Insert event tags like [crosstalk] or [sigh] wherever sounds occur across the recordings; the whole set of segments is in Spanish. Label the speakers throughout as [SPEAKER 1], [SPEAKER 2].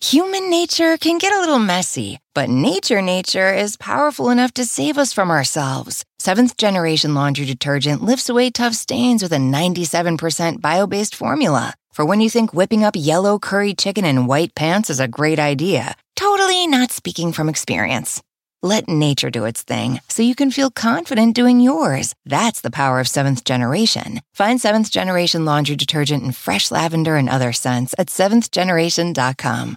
[SPEAKER 1] Human nature can get a little messy, but nature nature is powerful enough to save us from ourselves. Seventh generation laundry detergent lifts away tough stains with a 97% bio based formula. For when you think whipping up yellow curry chicken in white pants is a great idea, totally not speaking from experience. Let nature do its thing so you can feel confident doing yours. That's the power of seventh generation. Find seventh generation laundry detergent in fresh lavender and other scents at seventhgeneration.com.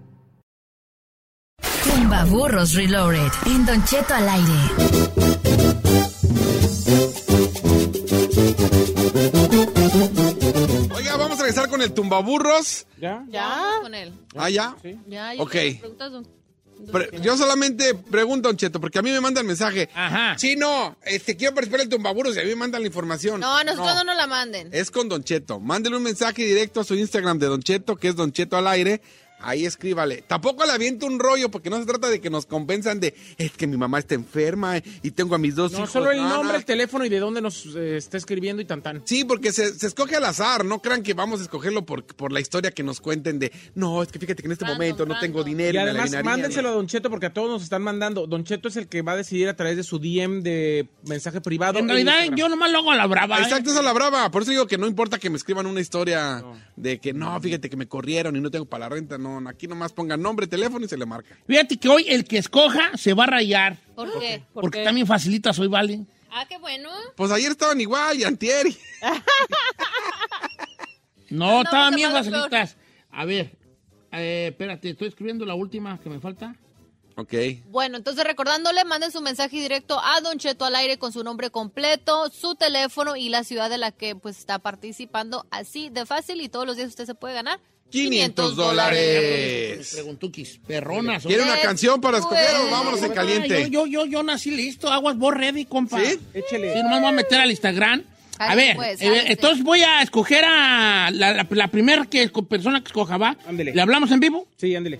[SPEAKER 2] Tumba Burros Reloaded. En Don Cheto al aire.
[SPEAKER 3] Oiga, vamos a regresar con el tumbaburros.
[SPEAKER 4] ¿Ya?
[SPEAKER 5] Ya,
[SPEAKER 6] Con él.
[SPEAKER 3] Ah, ya.
[SPEAKER 4] Sí.
[SPEAKER 6] Ya, yo
[SPEAKER 3] Ok.
[SPEAKER 6] te pregunto a don- don
[SPEAKER 3] Pre-
[SPEAKER 6] Cheto.
[SPEAKER 3] yo solamente pregunto, Don Cheto, porque a mí me mandan mensaje.
[SPEAKER 4] Ajá.
[SPEAKER 3] Chino, este, quiero participar en el tumbaburros y a mí me mandan la información.
[SPEAKER 6] No, a nosotros no. nos la manden.
[SPEAKER 3] Es con Don Cheto. Mándele un mensaje directo a su Instagram de Don Cheto, que es Don Cheto al aire. Ahí escríbale. Tampoco le aviento un rollo, porque no se trata de que nos compensan de es que mi mamá está enferma eh, y tengo a mis dos
[SPEAKER 4] No,
[SPEAKER 3] hijos.
[SPEAKER 4] solo el
[SPEAKER 3] No, no.
[SPEAKER 4] nombre, el teléfono y de dónde nos eh, está escribiendo y tan tan.
[SPEAKER 3] Sí, porque se, se escoge al azar, no crean que vamos a escogerlo por, por la historia que nos cuenten de, no, es que fíjate que en este
[SPEAKER 6] Random,
[SPEAKER 3] momento no tengo
[SPEAKER 6] random.
[SPEAKER 3] dinero.
[SPEAKER 4] Y
[SPEAKER 3] me la
[SPEAKER 4] además,
[SPEAKER 3] ganaría".
[SPEAKER 4] mándenselo a Don Cheto porque a todos nos están mandando. Don Cheto es el que va a decidir a través de su DM de mensaje privado.
[SPEAKER 7] En realidad,
[SPEAKER 4] Instagram.
[SPEAKER 7] yo nomás lo hago a la brava. ¿eh?
[SPEAKER 3] Ah, Exacto, esa es la brava. Por eso digo que no importa que me escriban una historia de que no, fíjate que me corrieron y no tengo para la renta. No, aquí nomás pongan nombre, teléfono y se le marca.
[SPEAKER 7] Fíjate que hoy el que escoja se va a rayar.
[SPEAKER 6] ¿Por qué?
[SPEAKER 7] porque también facilitas hoy, ¿vale?
[SPEAKER 6] Ah, qué bueno.
[SPEAKER 3] Pues ayer estaban igual y antier. y- [laughs]
[SPEAKER 7] No,
[SPEAKER 6] No,
[SPEAKER 7] estaba
[SPEAKER 6] no,
[SPEAKER 7] bien
[SPEAKER 6] no, no, no.
[SPEAKER 7] facilitas. A ver, eh, espérate, estoy escribiendo la última que me falta.
[SPEAKER 3] Ok.
[SPEAKER 6] Bueno, entonces recordándole, manden su mensaje directo a Don Cheto al aire con su nombre completo, su teléfono y la ciudad de la que pues está participando. Así de fácil y todos los días usted se puede ganar
[SPEAKER 3] 500
[SPEAKER 7] Me
[SPEAKER 3] dólares.
[SPEAKER 7] Preguntuquis, perronas.
[SPEAKER 3] ¿Quiere una
[SPEAKER 6] Yes,
[SPEAKER 3] canción para escoger o
[SPEAKER 6] pues.
[SPEAKER 3] vámonos en
[SPEAKER 7] Ah,
[SPEAKER 3] caliente?
[SPEAKER 7] Yo, yo, yo, yo nací listo. Aguas, vos ready, compa.
[SPEAKER 3] ¿Sí?
[SPEAKER 4] Échele.
[SPEAKER 7] Sí, nomás me voy a meter al Instagram. A
[SPEAKER 6] Ándale,
[SPEAKER 7] ver,
[SPEAKER 6] pues,
[SPEAKER 7] eh,
[SPEAKER 6] ándale.
[SPEAKER 7] entonces voy a escoger a la, la, la primera que, persona que escoja, ¿va?
[SPEAKER 4] Ándele.
[SPEAKER 7] ¿Le hablamos en vivo?
[SPEAKER 4] Sí, ándele.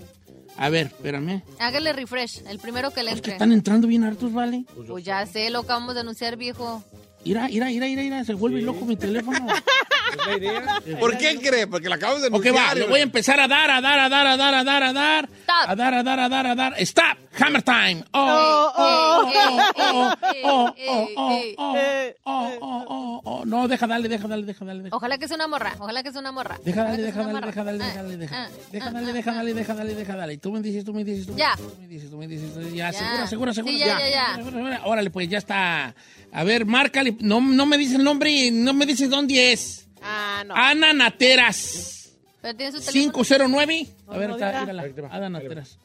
[SPEAKER 7] A ver, espérame.
[SPEAKER 6] Hágale refresh, el primero que le
[SPEAKER 7] Es que
[SPEAKER 6] entre.
[SPEAKER 7] están entrando bien hartos, ¿vale?
[SPEAKER 6] Pues ya sé lo que vamos a anunciar, viejo.
[SPEAKER 7] Ira, ira, ira, ira, ira, se vuelve loco mi teléfono.
[SPEAKER 4] Es la idea.
[SPEAKER 3] ¿Por qué cree? Porque la acabamos de
[SPEAKER 7] ok, va,
[SPEAKER 3] anunciar,
[SPEAKER 7] le
[SPEAKER 3] y-
[SPEAKER 7] voy a empezar a dar, a dar, a dar, a dar, a dar, a dar.
[SPEAKER 6] Stop.
[SPEAKER 7] A dar, a dar, a dar, a dar. Stop. Hammer time. Oh,
[SPEAKER 6] Oh,
[SPEAKER 7] oh,
[SPEAKER 6] eh, [laughs]
[SPEAKER 7] oh,
[SPEAKER 6] eh,
[SPEAKER 7] oh,
[SPEAKER 6] eh,
[SPEAKER 7] oh,
[SPEAKER 6] eh.
[SPEAKER 7] oh, oh, oh, oh, oh. No, deja, dale, deja, dale, deja, dale. deja.
[SPEAKER 6] Ojalá que sea una morra, ojalá que sea una morra.
[SPEAKER 7] Deja,
[SPEAKER 6] Ojalá
[SPEAKER 7] dale,
[SPEAKER 6] que sea
[SPEAKER 7] deja,
[SPEAKER 6] una
[SPEAKER 7] dale, deja,
[SPEAKER 6] morra.
[SPEAKER 7] dale,
[SPEAKER 6] Ah,
[SPEAKER 7] deja, dale, deja.
[SPEAKER 6] ah, ah,
[SPEAKER 7] Deja, dale,
[SPEAKER 6] ah,
[SPEAKER 7] deja,
[SPEAKER 6] ah.
[SPEAKER 7] dale, deja, dale, deja, dale. Tú me dices, tú me dices, tú me
[SPEAKER 6] Ya.
[SPEAKER 7] dices, tú me dices, tú me dices. tú me dices. Ya,
[SPEAKER 6] Ya.
[SPEAKER 7] segura, segura,
[SPEAKER 6] Sí,
[SPEAKER 7] segura.
[SPEAKER 6] ya, ya, ya.
[SPEAKER 7] Segura, segura. Órale, pues ya está. A ver, márcale. No, no me dice el nombre y no me dices dónde es.
[SPEAKER 5] Ah, no.
[SPEAKER 7] Ana Nateras.
[SPEAKER 6] Pero tiene su teléfono.
[SPEAKER 7] 509. A ver,
[SPEAKER 5] No,
[SPEAKER 7] acá,
[SPEAKER 5] diga.
[SPEAKER 7] mírala.
[SPEAKER 4] Ahí te va,
[SPEAKER 7] Ana
[SPEAKER 4] ahí va.
[SPEAKER 7] Nateras.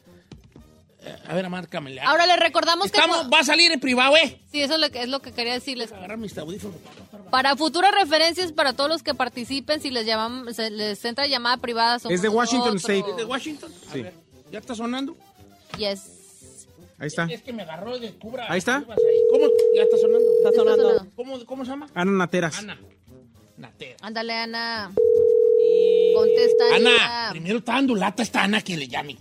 [SPEAKER 7] Eh, A ver, márcamele.
[SPEAKER 6] Ahora le recordamos que...
[SPEAKER 7] Estamos, va a salir en privado, eh.
[SPEAKER 6] Sí, eso es lo que- es lo que quería decirles.
[SPEAKER 7] Agarra mis audífonos.
[SPEAKER 6] Para futuras referencias, para todos los que participen, si les llamamos, se- les entra llamada privada. somos
[SPEAKER 4] Es de Washington
[SPEAKER 6] nosotros.
[SPEAKER 4] State.
[SPEAKER 7] ¿De Washington? A
[SPEAKER 4] Sí.
[SPEAKER 7] ver, ¿ya está sonando?
[SPEAKER 6] Yes.
[SPEAKER 4] [laughs] Ahí está.
[SPEAKER 7] Es que me agarró de cubra.
[SPEAKER 4] Ahí está.
[SPEAKER 7] ¿Cómo? ¿Ya está sonando?
[SPEAKER 5] Está sonando.
[SPEAKER 7] ¿Cómo, cómo se llama?
[SPEAKER 4] Ana Nateras.
[SPEAKER 7] Ana. Natera.
[SPEAKER 6] Ándale, Ana. Contesta.
[SPEAKER 7] Ana, primero está dando lata esta Ana que le llame.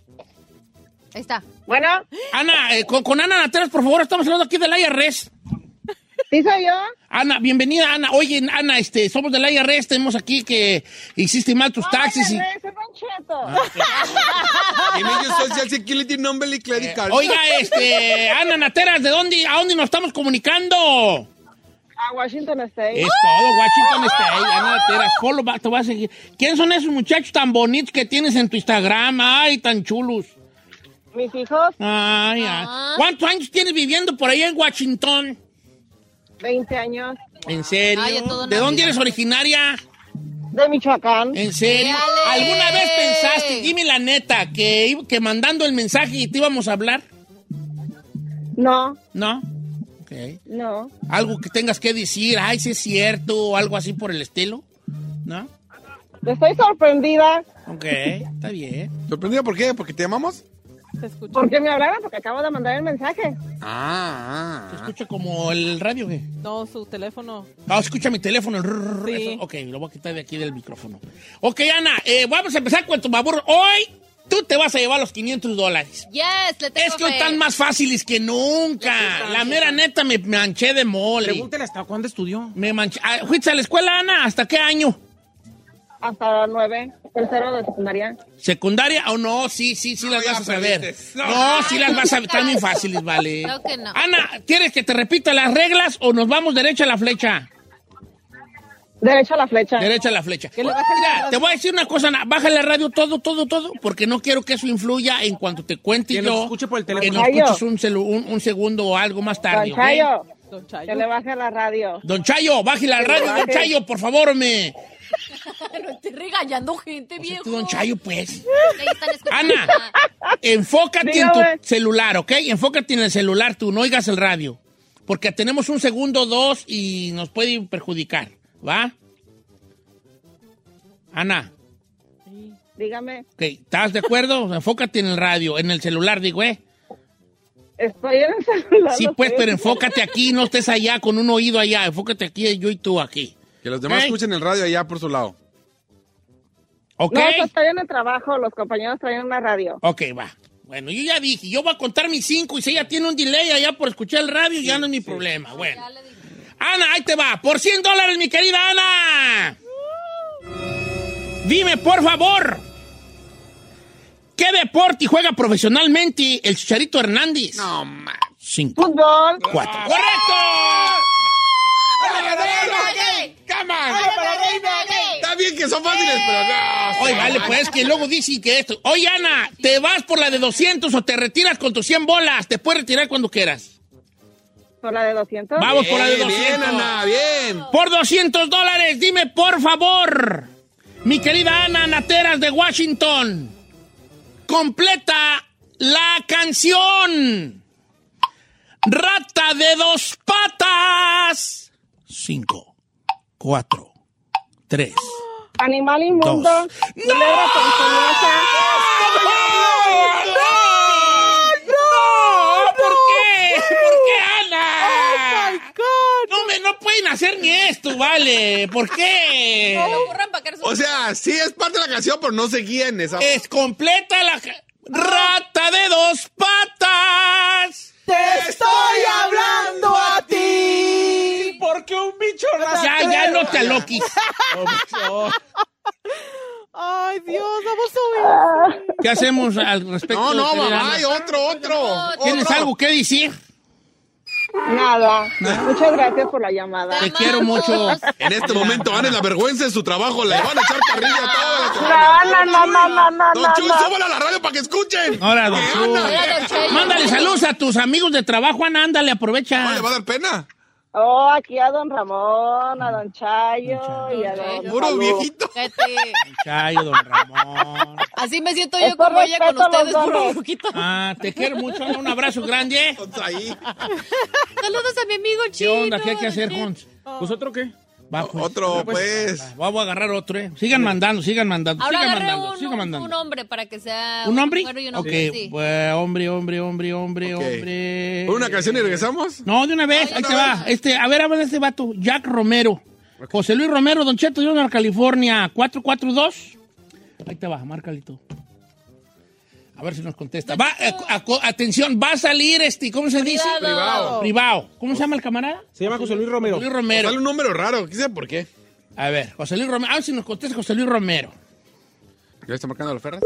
[SPEAKER 6] Ahí está.
[SPEAKER 8] Bueno,
[SPEAKER 7] Ana, eh, con, con Ana Nateras, por favor, estamos hablando aquí del IRS.
[SPEAKER 8] sí soy yo.
[SPEAKER 7] Ana, bienvenida, Ana. Oye, Ana, este, somos del IRS, tenemos aquí que hiciste mal tus taxis. y-
[SPEAKER 8] Ay, Andrés, soy Don Cheto.
[SPEAKER 3] En ellos social security number y clerical.
[SPEAKER 7] Eh, Oiga, este, Ana Nateras, ¿de dónde, a dónde nos estamos comunicando?
[SPEAKER 8] A Washington State.
[SPEAKER 7] Es todo, Washington State, Ana Nateras, follow back, te voy a seguir. ¿Quién son esos muchachos tan bonitos que tienes en tu Instagram? Ay, tan chulos.
[SPEAKER 8] Mis hijos,
[SPEAKER 7] Ay, ay.
[SPEAKER 6] Ah.
[SPEAKER 7] ¿Cuántos años tienes viviendo por ahí en Washington?
[SPEAKER 8] 20 años.
[SPEAKER 7] ¿En serio?
[SPEAKER 6] Ay, en todo
[SPEAKER 7] ¿De
[SPEAKER 6] no.
[SPEAKER 7] dónde eres originaria?
[SPEAKER 8] De Michoacán.
[SPEAKER 7] ¿En serio?
[SPEAKER 6] Dale.
[SPEAKER 7] ¿Alguna vez pensaste, dime la neta, que, i- que mandando el mensaje y te íbamos a hablar?
[SPEAKER 8] No,
[SPEAKER 7] ¿No? Ok.
[SPEAKER 8] no.
[SPEAKER 7] Algo que tengas que decir, ay, sí es cierto, o algo así por el estilo, ¿no?
[SPEAKER 8] Estoy sorprendida
[SPEAKER 7] Ok, está bien.
[SPEAKER 3] ¿Sorprendido por qué? ¿Porque te llamamos?
[SPEAKER 5] Se escucha.
[SPEAKER 8] porque me hablaron porque acabo de mandar el mensaje.
[SPEAKER 3] Ah,
[SPEAKER 7] Se
[SPEAKER 3] ah.
[SPEAKER 7] escucha como el radio, güey.
[SPEAKER 5] No, su teléfono.
[SPEAKER 7] Ah, escucha mi teléfono. el rrrr,
[SPEAKER 5] Sí.
[SPEAKER 7] eso. Ok, lo voy a quitar de aquí del micrófono. Ok, Ana, eh, vamos a empezar con tu babur. Hoy tú te vas a llevar los 500 dólares.
[SPEAKER 6] Yes, le tengo
[SPEAKER 7] Es que hoy
[SPEAKER 6] fe.
[SPEAKER 7] están más fáciles que nunca. La mera neta me manché de mole.
[SPEAKER 4] Pregúntale hasta cuándo estudió.
[SPEAKER 7] Me manché. Ah, ¿Fuiste a la escuela, Ana? ¿Hasta qué año?
[SPEAKER 8] Hasta las nueve, tercero de secundaria.
[SPEAKER 7] ¿Secundaria o no? Sí, sí, sí las
[SPEAKER 3] ya
[SPEAKER 7] vas a saber.
[SPEAKER 3] perdiste.
[SPEAKER 7] No, sí las vas a saber.
[SPEAKER 6] Nunca.
[SPEAKER 7] Están muy
[SPEAKER 5] [laughs]
[SPEAKER 7] fáciles, vale.
[SPEAKER 6] Claro que no.
[SPEAKER 7] Ana, ¿quieres que te repita las reglas o nos vamos derecho a la flecha?
[SPEAKER 8] Derecho a la flecha.
[SPEAKER 7] [laughs] Derecha a la flecha.
[SPEAKER 5] le baje el
[SPEAKER 7] Mira,
[SPEAKER 5] radio.
[SPEAKER 7] te voy a decir una cosa, Ana. Bájale la radio todo, todo, todo, porque no quiero que eso influya en cuanto te cuente
[SPEAKER 4] Que
[SPEAKER 7] yo.
[SPEAKER 4] nos escuche por el teléfono.
[SPEAKER 7] Que nos
[SPEAKER 8] Chayo.
[SPEAKER 7] escuches un, celu- un- un segundo o algo más tarde.
[SPEAKER 8] Don
[SPEAKER 7] ¿ok?
[SPEAKER 8] Chayo,
[SPEAKER 5] Don
[SPEAKER 8] que le
[SPEAKER 5] Chayo.
[SPEAKER 8] baje la radio.
[SPEAKER 7] Don Chayo, bájale la radio, don
[SPEAKER 8] baje.
[SPEAKER 7] Chayo, por favor, me.
[SPEAKER 6] Pero estoy regañando gente,
[SPEAKER 7] Pues
[SPEAKER 6] viejo.
[SPEAKER 7] este don Chayo, pues.
[SPEAKER 6] Ahí están escuchando.
[SPEAKER 7] Ana, enfócate en
[SPEAKER 8] Dígame.
[SPEAKER 7] tu celular, ¿ok? Enfócate en el celular, tú no oigas el radio. Porque tenemos un segundo o dos y nos puede perjudicar, ¿va? Ana,
[SPEAKER 8] Dígame,
[SPEAKER 7] ok, ¿estás de acuerdo? [laughs] Enfócate en el radio, en el celular, digo, ¿eh?
[SPEAKER 8] estoy en el celular.
[SPEAKER 6] [laughs]
[SPEAKER 7] Sí,
[SPEAKER 8] lo
[SPEAKER 7] pues,
[SPEAKER 8] estoy-
[SPEAKER 7] pero enfócate aquí, no estés allá con un oído allá. Enfócate aquí, yo y tú aquí.
[SPEAKER 3] Que los demás
[SPEAKER 7] Ey.
[SPEAKER 3] escuchen el radio allá por su lado.
[SPEAKER 7] ¿Ok?
[SPEAKER 8] No,
[SPEAKER 6] pues,
[SPEAKER 8] yo estoy en el trabajo, los compañeros traen una radio.
[SPEAKER 7] Ok, va. Bueno, yo ya dije, yo voy a contar mis cinco y si ella tiene un delay allá por escuchar el radio, ya no es mi problema. Bueno.
[SPEAKER 6] Ya le dije.
[SPEAKER 7] Ana, ahí te va. Por 100 dólares, mi querida Ana. Dime, por favor. ¿Qué deporte juega profesionalmente el Chicharito Hernández?
[SPEAKER 3] No, ma. Ah.
[SPEAKER 7] Cinco,
[SPEAKER 8] Fútbol,
[SPEAKER 7] cuatro. ¡Correcto!
[SPEAKER 3] ¡Come on! Está bien que son fáciles, pero no.
[SPEAKER 7] Oye, vale, pues que luego dice que esto. Oye, Ana, ¿te vas por la de 200 o te retiras con tus 100 bolas? Te puedes retirar cuando quieras.
[SPEAKER 8] por la de 200.
[SPEAKER 7] Vamos por la de
[SPEAKER 3] Bien,
[SPEAKER 7] 200.
[SPEAKER 3] bien, Ana, bien.
[SPEAKER 7] Por 200 dólares, dime por favor, mi querida Ana Nateras de Washington, completa la canción. Rata de dos patas. Cinco, cuatro, tres,
[SPEAKER 8] Animal
[SPEAKER 7] dos.
[SPEAKER 8] inmundo,
[SPEAKER 7] ¡No!
[SPEAKER 8] culebra ponzoñosa.
[SPEAKER 7] ¡No! ¿Por qué? ¿Por qué,
[SPEAKER 5] ¡Oh,
[SPEAKER 7] Ana? No, me, no pueden hacer ni esto, vale. ¿Por qué?
[SPEAKER 6] No corran para que
[SPEAKER 3] O sea, sí es parte de la canción, pero no seguía en esa.
[SPEAKER 7] Es completa la ca- rata de dos patas.
[SPEAKER 3] estoy hablando a ti.
[SPEAKER 4] ¿Por qué un bicho
[SPEAKER 7] Ya, ya no te aloquis.
[SPEAKER 5] Ay, Dios, vamos a ver.
[SPEAKER 7] ¿Qué hacemos al respecto?
[SPEAKER 3] No, no,
[SPEAKER 7] querida
[SPEAKER 3] mamá, hay
[SPEAKER 7] Ana?
[SPEAKER 3] otro, otro.
[SPEAKER 7] ¿Tienes
[SPEAKER 3] otro.
[SPEAKER 7] algo que decir?
[SPEAKER 8] Nada. Muchas gracias por la llamada.
[SPEAKER 7] Te quiero mucho.
[SPEAKER 3] En este momento, Ana, es la vergüenza de su trabajo. Le van a echar carrilla a toda la semana.
[SPEAKER 8] No, Ah, no, no, no, no, no,
[SPEAKER 3] Don Chuy,
[SPEAKER 8] no.
[SPEAKER 3] súbala a la radio para que escuchen.
[SPEAKER 7] Ahora, don
[SPEAKER 3] Que
[SPEAKER 7] Chu.
[SPEAKER 3] Ana,
[SPEAKER 7] Mándale saludos a tus amigos de trabajo, Ana. Ándale,
[SPEAKER 3] No
[SPEAKER 7] aprovecha.
[SPEAKER 3] le va a dar pena.
[SPEAKER 8] Oh, aquí a don Ramón, a don Chayo y a don
[SPEAKER 3] Puro
[SPEAKER 8] Salud.
[SPEAKER 3] viejito.
[SPEAKER 6] Cállate.
[SPEAKER 7] Chayo, don Ramón.
[SPEAKER 6] Así me siento yo
[SPEAKER 8] Es
[SPEAKER 6] como
[SPEAKER 8] por
[SPEAKER 6] ella con
[SPEAKER 8] respeto a los
[SPEAKER 6] ustedes por un
[SPEAKER 8] hombres.
[SPEAKER 6] poquito.
[SPEAKER 7] Ah, te quiero mucho. Ana. Un abrazo grande.
[SPEAKER 3] Entonces, Ahí.
[SPEAKER 6] Saludos a mi amigo
[SPEAKER 7] ¿Qué
[SPEAKER 6] chino.
[SPEAKER 7] onda? ¿Qué hay que hacer, Hans?
[SPEAKER 4] ¿Pues otro qué?
[SPEAKER 7] Va, pues.
[SPEAKER 3] Otro, pues.
[SPEAKER 7] Vamos a agarrar otro, ¿eh? Sigan mandando, sigan mandando,
[SPEAKER 6] Ahora
[SPEAKER 7] sigan
[SPEAKER 6] agarre
[SPEAKER 7] mandando, sigan
[SPEAKER 6] un,
[SPEAKER 7] mandando.
[SPEAKER 6] un hombre para que sea...
[SPEAKER 7] ¿Un hombre?
[SPEAKER 6] mujer y un
[SPEAKER 7] ok,
[SPEAKER 6] hombre, sí.
[SPEAKER 7] pues, hombre, hombre, hombre, hombre,
[SPEAKER 3] Ok.
[SPEAKER 7] hombre.
[SPEAKER 3] ¿Una canción y regresamos?
[SPEAKER 7] No, de una vez, ahí te va. Este, a ver, habla de este vato, Jack Romero. José Luis Romero, Don Cheto, de Honor, California, 442. Ahí te va, márcale tú. A ver si nos contesta. Va, eh, a- a- atención, va a salir este, ¿cómo se dice?
[SPEAKER 3] Privado.
[SPEAKER 7] Privado. ¿Cómo se llama el camarada?
[SPEAKER 4] Se llama José Luis Romero.
[SPEAKER 7] José Luis Romero.
[SPEAKER 3] Sale un número raro, quizá por qué.
[SPEAKER 7] A ver, José Luis Romero. A ver si nos contesta José Luis Romero.
[SPEAKER 3] ¿Ya está marcando la ferra?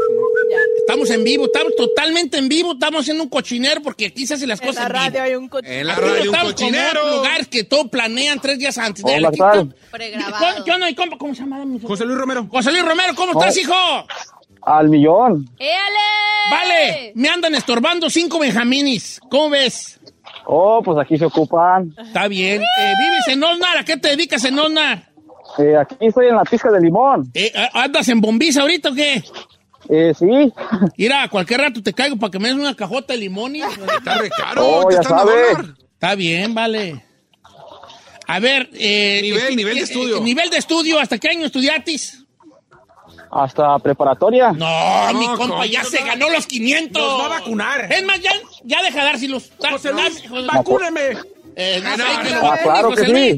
[SPEAKER 7] Estamos en vivo, estamos totalmente en vivo, estamos haciendo un cochinero porque aquí se hacen las
[SPEAKER 5] En
[SPEAKER 7] cosas
[SPEAKER 5] la
[SPEAKER 7] en vivo.
[SPEAKER 5] radio hay un
[SPEAKER 8] Eh.
[SPEAKER 5] coche.
[SPEAKER 3] En la
[SPEAKER 7] Aquí no
[SPEAKER 3] radio, un
[SPEAKER 7] estamos como en otros
[SPEAKER 3] cochinero.
[SPEAKER 7] lugares que todo planean tres días antes.
[SPEAKER 9] Hola,
[SPEAKER 7] Dale,
[SPEAKER 9] ¿qué
[SPEAKER 7] ¿qué tal?
[SPEAKER 9] tal?
[SPEAKER 6] Pregrabado.
[SPEAKER 7] ¿Qué onda, mi compa? ¿Cómo se llama? mi
[SPEAKER 4] José Luis Romero.
[SPEAKER 7] José Luis Romero, ¿cómo estás, hijo?
[SPEAKER 9] Al millón.
[SPEAKER 6] ¡Éale!
[SPEAKER 7] Vale, me andan estorbando cinco benjaminis. ¿Cómo ves?
[SPEAKER 9] Oh, pues aquí se ocupan.
[SPEAKER 7] Está bien. Eh, ¿Vives en Osnar? ¿A qué te dedicas en Osnar?
[SPEAKER 9] Eh, aquí estoy en la pizca de limón.
[SPEAKER 7] Eh, ¿a- ¿Andas en bombiza ahorita o qué?
[SPEAKER 9] Eh, sí. [laughs]
[SPEAKER 7] Mira, a cualquier rato te caigo para que me des una cajota de limón. y-
[SPEAKER 3] Está re caro,
[SPEAKER 9] Oh,
[SPEAKER 3] te
[SPEAKER 9] ya
[SPEAKER 3] están a
[SPEAKER 9] sabe.
[SPEAKER 3] donar.
[SPEAKER 7] Está bien, vale. A ver, eh,
[SPEAKER 3] Nivel,
[SPEAKER 7] eh,
[SPEAKER 3] nivel de
[SPEAKER 7] eh,
[SPEAKER 3] estudio.
[SPEAKER 7] nivel de estudio, ¿hasta qué año estudiatis?
[SPEAKER 9] hasta preparatoria.
[SPEAKER 7] No, mi compa, ya se ganó los 500. Nos va a vacunar. Es más, ya, ya deja dárselos. José Luis,
[SPEAKER 9] vacúneme.
[SPEAKER 7] Eh, no,
[SPEAKER 9] Ah,
[SPEAKER 7] sé,
[SPEAKER 9] no,
[SPEAKER 7] que
[SPEAKER 9] no,
[SPEAKER 7] lo
[SPEAKER 9] ah,
[SPEAKER 7] den,
[SPEAKER 9] claro
[SPEAKER 7] José
[SPEAKER 9] que sí.
[SPEAKER 7] Luis. ¿De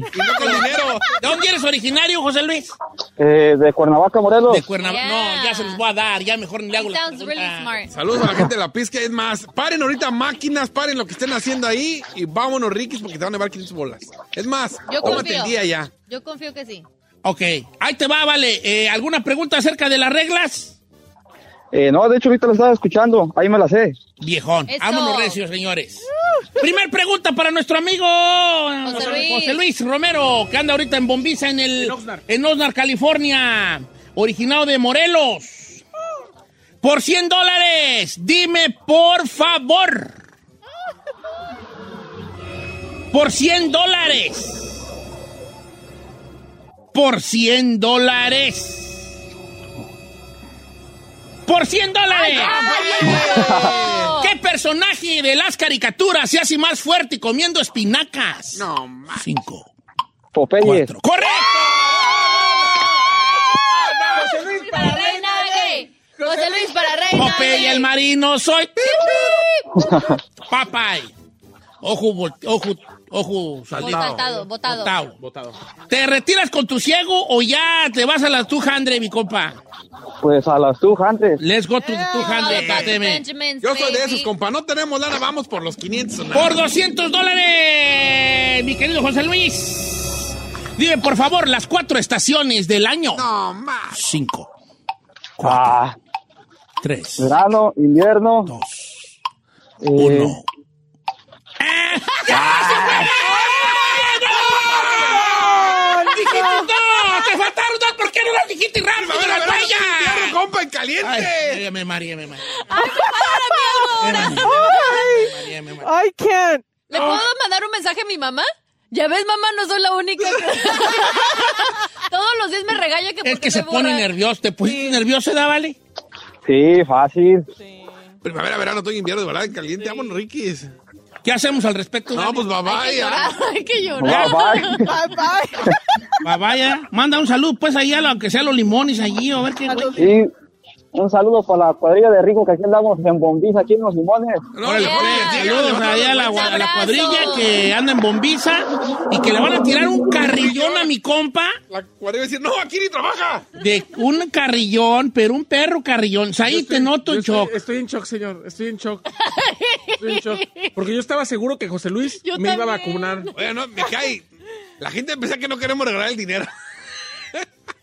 [SPEAKER 7] dónde eres originario, José Luis?
[SPEAKER 9] Eh, de Cuernavaca, Morelos.
[SPEAKER 7] De Cuernavaca. No, ya se los voy a dar, ya mejor ni le hago la
[SPEAKER 6] Sounds really smart.
[SPEAKER 3] Saludos a la gente de la pizca. Es más, paren ahorita máquinas, paren lo que estén haciendo ahí y vámonos, Riquis, porque te van a llevar 500 bolas. Es más,
[SPEAKER 6] Yo
[SPEAKER 3] tómate
[SPEAKER 6] confío.
[SPEAKER 3] el día ya.
[SPEAKER 6] Yo confío que sí.
[SPEAKER 7] Ok, ahí te va, vale. Eh, ¿Alguna pregunta acerca de las reglas?
[SPEAKER 9] Eh, no, de hecho ahorita lo estaba escuchando, ahí me la sé.
[SPEAKER 7] Viejón,
[SPEAKER 6] Eso.
[SPEAKER 7] vámonos recio, señores. Primer pregunta para nuestro amigo eh, José
[SPEAKER 6] Luis.
[SPEAKER 7] Luis Romero, que anda ahorita en Bombiza en el
[SPEAKER 4] En Oxnard.
[SPEAKER 7] en Oxnard, California, originado de Morelos. Por 100 dólares, dime por favor. Por 100 dólares. Por 100 dólares. Por 100 dólares. ¿Qué personaje de las caricaturas se hace más fuerte comiendo espinacas?
[SPEAKER 3] No, ma-
[SPEAKER 7] Cinco.
[SPEAKER 9] Popeyes.
[SPEAKER 7] cuatro. ¡Correcto!
[SPEAKER 6] José Luis para reina, güey. José Luis para reina.
[SPEAKER 7] Popeye
[SPEAKER 6] güey.
[SPEAKER 7] el marino, soy. [laughs] Papay. Ojo, vol- ojo, ojo, salido.
[SPEAKER 6] Votado, votado.
[SPEAKER 7] Botao.
[SPEAKER 4] Votado.
[SPEAKER 7] ¿Te retiras con tu ciego o ya te vas a la tuja, Andre, mi compa?
[SPEAKER 9] Pues a las tú, antes.
[SPEAKER 7] Let's go to the tuja,
[SPEAKER 6] Votado
[SPEAKER 7] Andre,
[SPEAKER 6] para
[SPEAKER 7] deme.
[SPEAKER 6] Benjamins,
[SPEAKER 3] Yo soy de
[SPEAKER 6] baby.
[SPEAKER 3] esos, compa. No tenemos lana, vamos por los 500. nada.
[SPEAKER 7] Por 200 dólares, mi querido José Luis. Dime, por favor, las cuatro estaciones del año.
[SPEAKER 3] No, más.
[SPEAKER 7] Cinco,
[SPEAKER 9] Ah,
[SPEAKER 7] tres,
[SPEAKER 9] verano, invierno.
[SPEAKER 7] dos,
[SPEAKER 9] eh,
[SPEAKER 7] uno. ¡Dijiste dos! ¡Te faltaron dos! ¿Por qué no las dijiste rápido,
[SPEAKER 3] A ver, a
[SPEAKER 7] las
[SPEAKER 3] ver, a ver,
[SPEAKER 7] huellas?
[SPEAKER 3] invierno, compa, en caliente.
[SPEAKER 7] Ay, me mareé, me mareé.
[SPEAKER 5] Ay, I can't.
[SPEAKER 6] ¿Le puedo mandar un mensaje a mi mamá? Ya ves, mamá, no soy la única. [laughs] que- Todos los días me regaña que [laughs]
[SPEAKER 7] Es
[SPEAKER 6] porque
[SPEAKER 7] que se
[SPEAKER 6] me
[SPEAKER 7] pone
[SPEAKER 6] borra.
[SPEAKER 7] nervioso. ¿Te pusiste nervioso, da, vale?
[SPEAKER 9] Sí, fácil.
[SPEAKER 5] Sí.
[SPEAKER 3] Primavera, verano, estoy invierno, de verdad, en caliente. Vámonos, Riquis.
[SPEAKER 7] ¿Qué hacemos al respecto?
[SPEAKER 3] No,
[SPEAKER 7] Dani?
[SPEAKER 3] pues
[SPEAKER 6] Hay que
[SPEAKER 3] bye
[SPEAKER 6] llorar, hay que llorar.
[SPEAKER 9] Bye, bye.
[SPEAKER 5] [laughs] Bye bye.
[SPEAKER 7] Va, vaya. Manda un saludo, pues, ahí, a lo- aunque sea los limones allí, a ver qué güey.
[SPEAKER 9] Y un saludo para la cuadrilla de Rico que aquí andamos en Bombiza, aquí en Los Limones.
[SPEAKER 3] Órale,
[SPEAKER 6] Yeah.
[SPEAKER 3] órale, sí,
[SPEAKER 7] Saludos
[SPEAKER 3] levanta
[SPEAKER 7] ahí a la,
[SPEAKER 3] la
[SPEAKER 7] a la
[SPEAKER 6] abrazo.
[SPEAKER 7] cuadrilla que anda en bombiza y que le van a tirar un carrillón a mi compa
[SPEAKER 3] La cuadrilla decir, no, aquí ni trabaja.
[SPEAKER 7] de un carrillón, pero un perro carrillón. Pues Ahí te noto
[SPEAKER 4] Yo
[SPEAKER 7] en
[SPEAKER 4] estoy-
[SPEAKER 7] shock.
[SPEAKER 4] Estoy en shock, señor. Estoy en shock. Estoy en shock. Porque yo estaba seguro que José Luis
[SPEAKER 6] Yo
[SPEAKER 4] me iba a
[SPEAKER 6] también.
[SPEAKER 4] vacunar.
[SPEAKER 3] Bueno, me cae. La gente piensa que no queremos regalar el dinero. [laughs]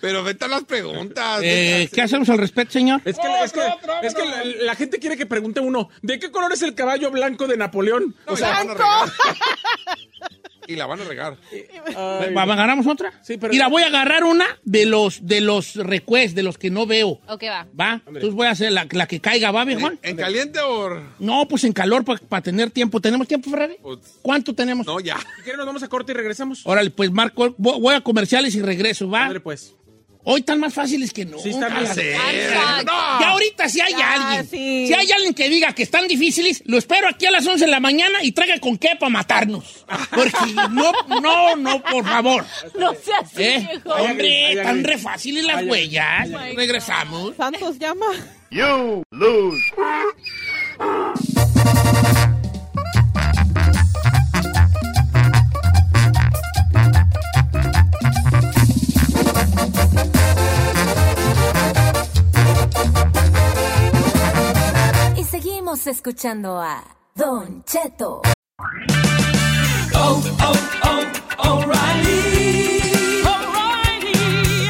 [SPEAKER 3] Pero vete a las preguntas.
[SPEAKER 7] Eh, ¿Qué hacemos al respecto, señor?
[SPEAKER 4] Es que, es que, es que la, la gente quiere que pregunte uno, ¿de qué color es el caballo blanco de Napoleón?
[SPEAKER 3] No,
[SPEAKER 4] O
[SPEAKER 3] y la
[SPEAKER 4] sea,
[SPEAKER 3] van a regar. [laughs] Y la van a regar.
[SPEAKER 4] ay,
[SPEAKER 7] Va- ¿Agarramos otra?
[SPEAKER 4] Sí, pero-
[SPEAKER 7] Mira, voy a agarrar una de los de los requests, de los que no veo.
[SPEAKER 6] Ok, va.
[SPEAKER 7] ¿Va? Entonces voy a hacer la, la que caiga, ¿va,
[SPEAKER 4] Eh,
[SPEAKER 7] viejón?
[SPEAKER 3] ¿En caliente o.?
[SPEAKER 7] No, pues en calor para tener tiempo. ¿Tenemos tiempo, Ferrari?
[SPEAKER 3] Pues-
[SPEAKER 7] ¿Cuánto tenemos?
[SPEAKER 3] No, ya.
[SPEAKER 4] si quieren nos vamos a corte y regresamos.
[SPEAKER 7] Órale, pues Marco, vo- voy a comerciales y regreso, ¿va?
[SPEAKER 4] Madre, pues.
[SPEAKER 7] Hoy están más fáciles que no.
[SPEAKER 4] Sí, están más-
[SPEAKER 3] Hacer.
[SPEAKER 7] Ya
[SPEAKER 3] No.
[SPEAKER 7] ahorita si hay
[SPEAKER 5] Ya,
[SPEAKER 7] alguien,
[SPEAKER 5] sí.
[SPEAKER 7] si hay alguien que diga que están difíciles, lo espero aquí a las 11 de la mañana y traiga con qué para matarnos. Porque no, no, no, por favor.
[SPEAKER 6] No seas así,
[SPEAKER 7] ¿Eh?
[SPEAKER 6] viejo.
[SPEAKER 7] Hombre,
[SPEAKER 4] Hay alguien, hay
[SPEAKER 7] tan
[SPEAKER 4] alguien.
[SPEAKER 7] re fáciles las
[SPEAKER 4] Hay alguien,
[SPEAKER 7] huellas. Regresamos.
[SPEAKER 5] Santos llama.
[SPEAKER 2] Y seguimos escuchando a Don Cheto.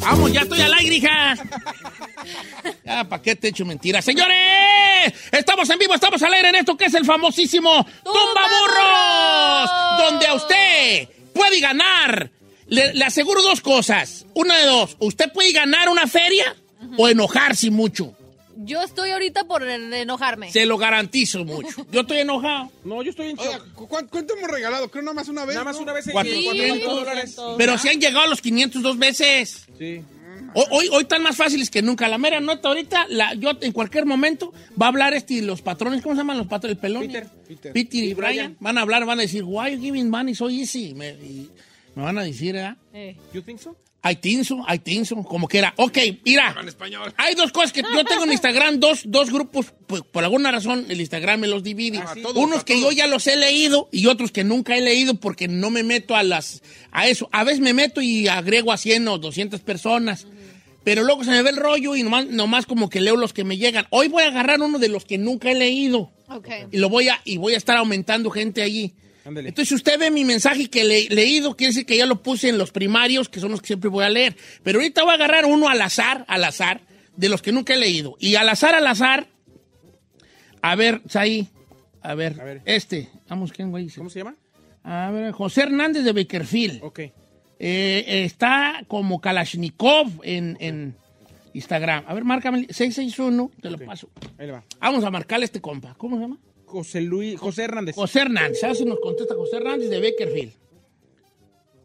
[SPEAKER 7] Vamos, ya estoy al aire, hija. Ya, ¿para qué te echo mentiras? ¡Señores! Estamos en vivo, estamos al aire en esto que es el famosísimo Tumbaburros, donde a usted puede ganar. Le, le aseguro dos cosas. Una de dos, usted puede ganar una feria o enojarse mucho.
[SPEAKER 6] Yo estoy ahorita por en- enojarme.
[SPEAKER 7] Se lo garantizo mucho. Yo estoy enojado.
[SPEAKER 4] No, yo estoy en shock.
[SPEAKER 3] ¿Cuánto hemos regalado? Creo nada más una vez.
[SPEAKER 4] Nada más una vez en
[SPEAKER 7] Cuatro-
[SPEAKER 4] que-
[SPEAKER 7] cuatrocientos
[SPEAKER 4] 400
[SPEAKER 7] dólares.
[SPEAKER 4] dólares.
[SPEAKER 7] Pero si han llegado a los 500 dos veces.
[SPEAKER 4] Sí.
[SPEAKER 7] Hoy, hoy, hoy están más fáciles que nunca. La mera nota ahorita, la, yo en cualquier momento va a hablar este y los patrones, ¿cómo se llaman los patrones? El pelón. Peter, y Brian. van a hablar, van a decir, why you giving money so easy? Me, y me van a decir, ¿eh?
[SPEAKER 4] You think so?
[SPEAKER 7] Hay tinso, hay tinso, como quiera. Ok, mira.
[SPEAKER 4] En español.
[SPEAKER 7] Hay dos cosas que yo tengo en Instagram, dos, dos grupos, pues, por alguna razón el Instagram me los divide.
[SPEAKER 4] Ah, sí.
[SPEAKER 7] Unos que yo ya los he leído y otros que nunca he leído porque no me meto a las a eso. A veces me meto y agrego a 100 o 200 personas. Pero luego se me ve el rollo y nomás, nomás como que leo los que me llegan. Hoy voy a agarrar uno de los que nunca he leído
[SPEAKER 6] Ok.
[SPEAKER 7] y lo voy a y voy a estar aumentando gente allí.
[SPEAKER 4] Ándele.
[SPEAKER 7] Entonces, si usted ve mi mensaje que le, leído, quiere decir que ya lo puse en los primarios, que son los que siempre voy a leer. Pero ahorita voy a agarrar uno al azar, al azar, de los que nunca he leído. Y al azar, al azar, a ver, Saí, a ver, este, vamos, ¿quién güey? ¿Cómo
[SPEAKER 4] se llama?
[SPEAKER 7] A ver, José Hernández de Bakerfield.
[SPEAKER 4] Ok.
[SPEAKER 7] Eh, está como Kalashnikov en, en Instagram. A ver, márcame, 661, te lo paso.
[SPEAKER 4] Ahí le va.
[SPEAKER 7] Vamos a marcarle a este compa. ¿Cómo se llama?
[SPEAKER 4] José Luis, José Hernández.
[SPEAKER 7] José Hernández. A ver si nos contesta José Hernández de Beckerfield.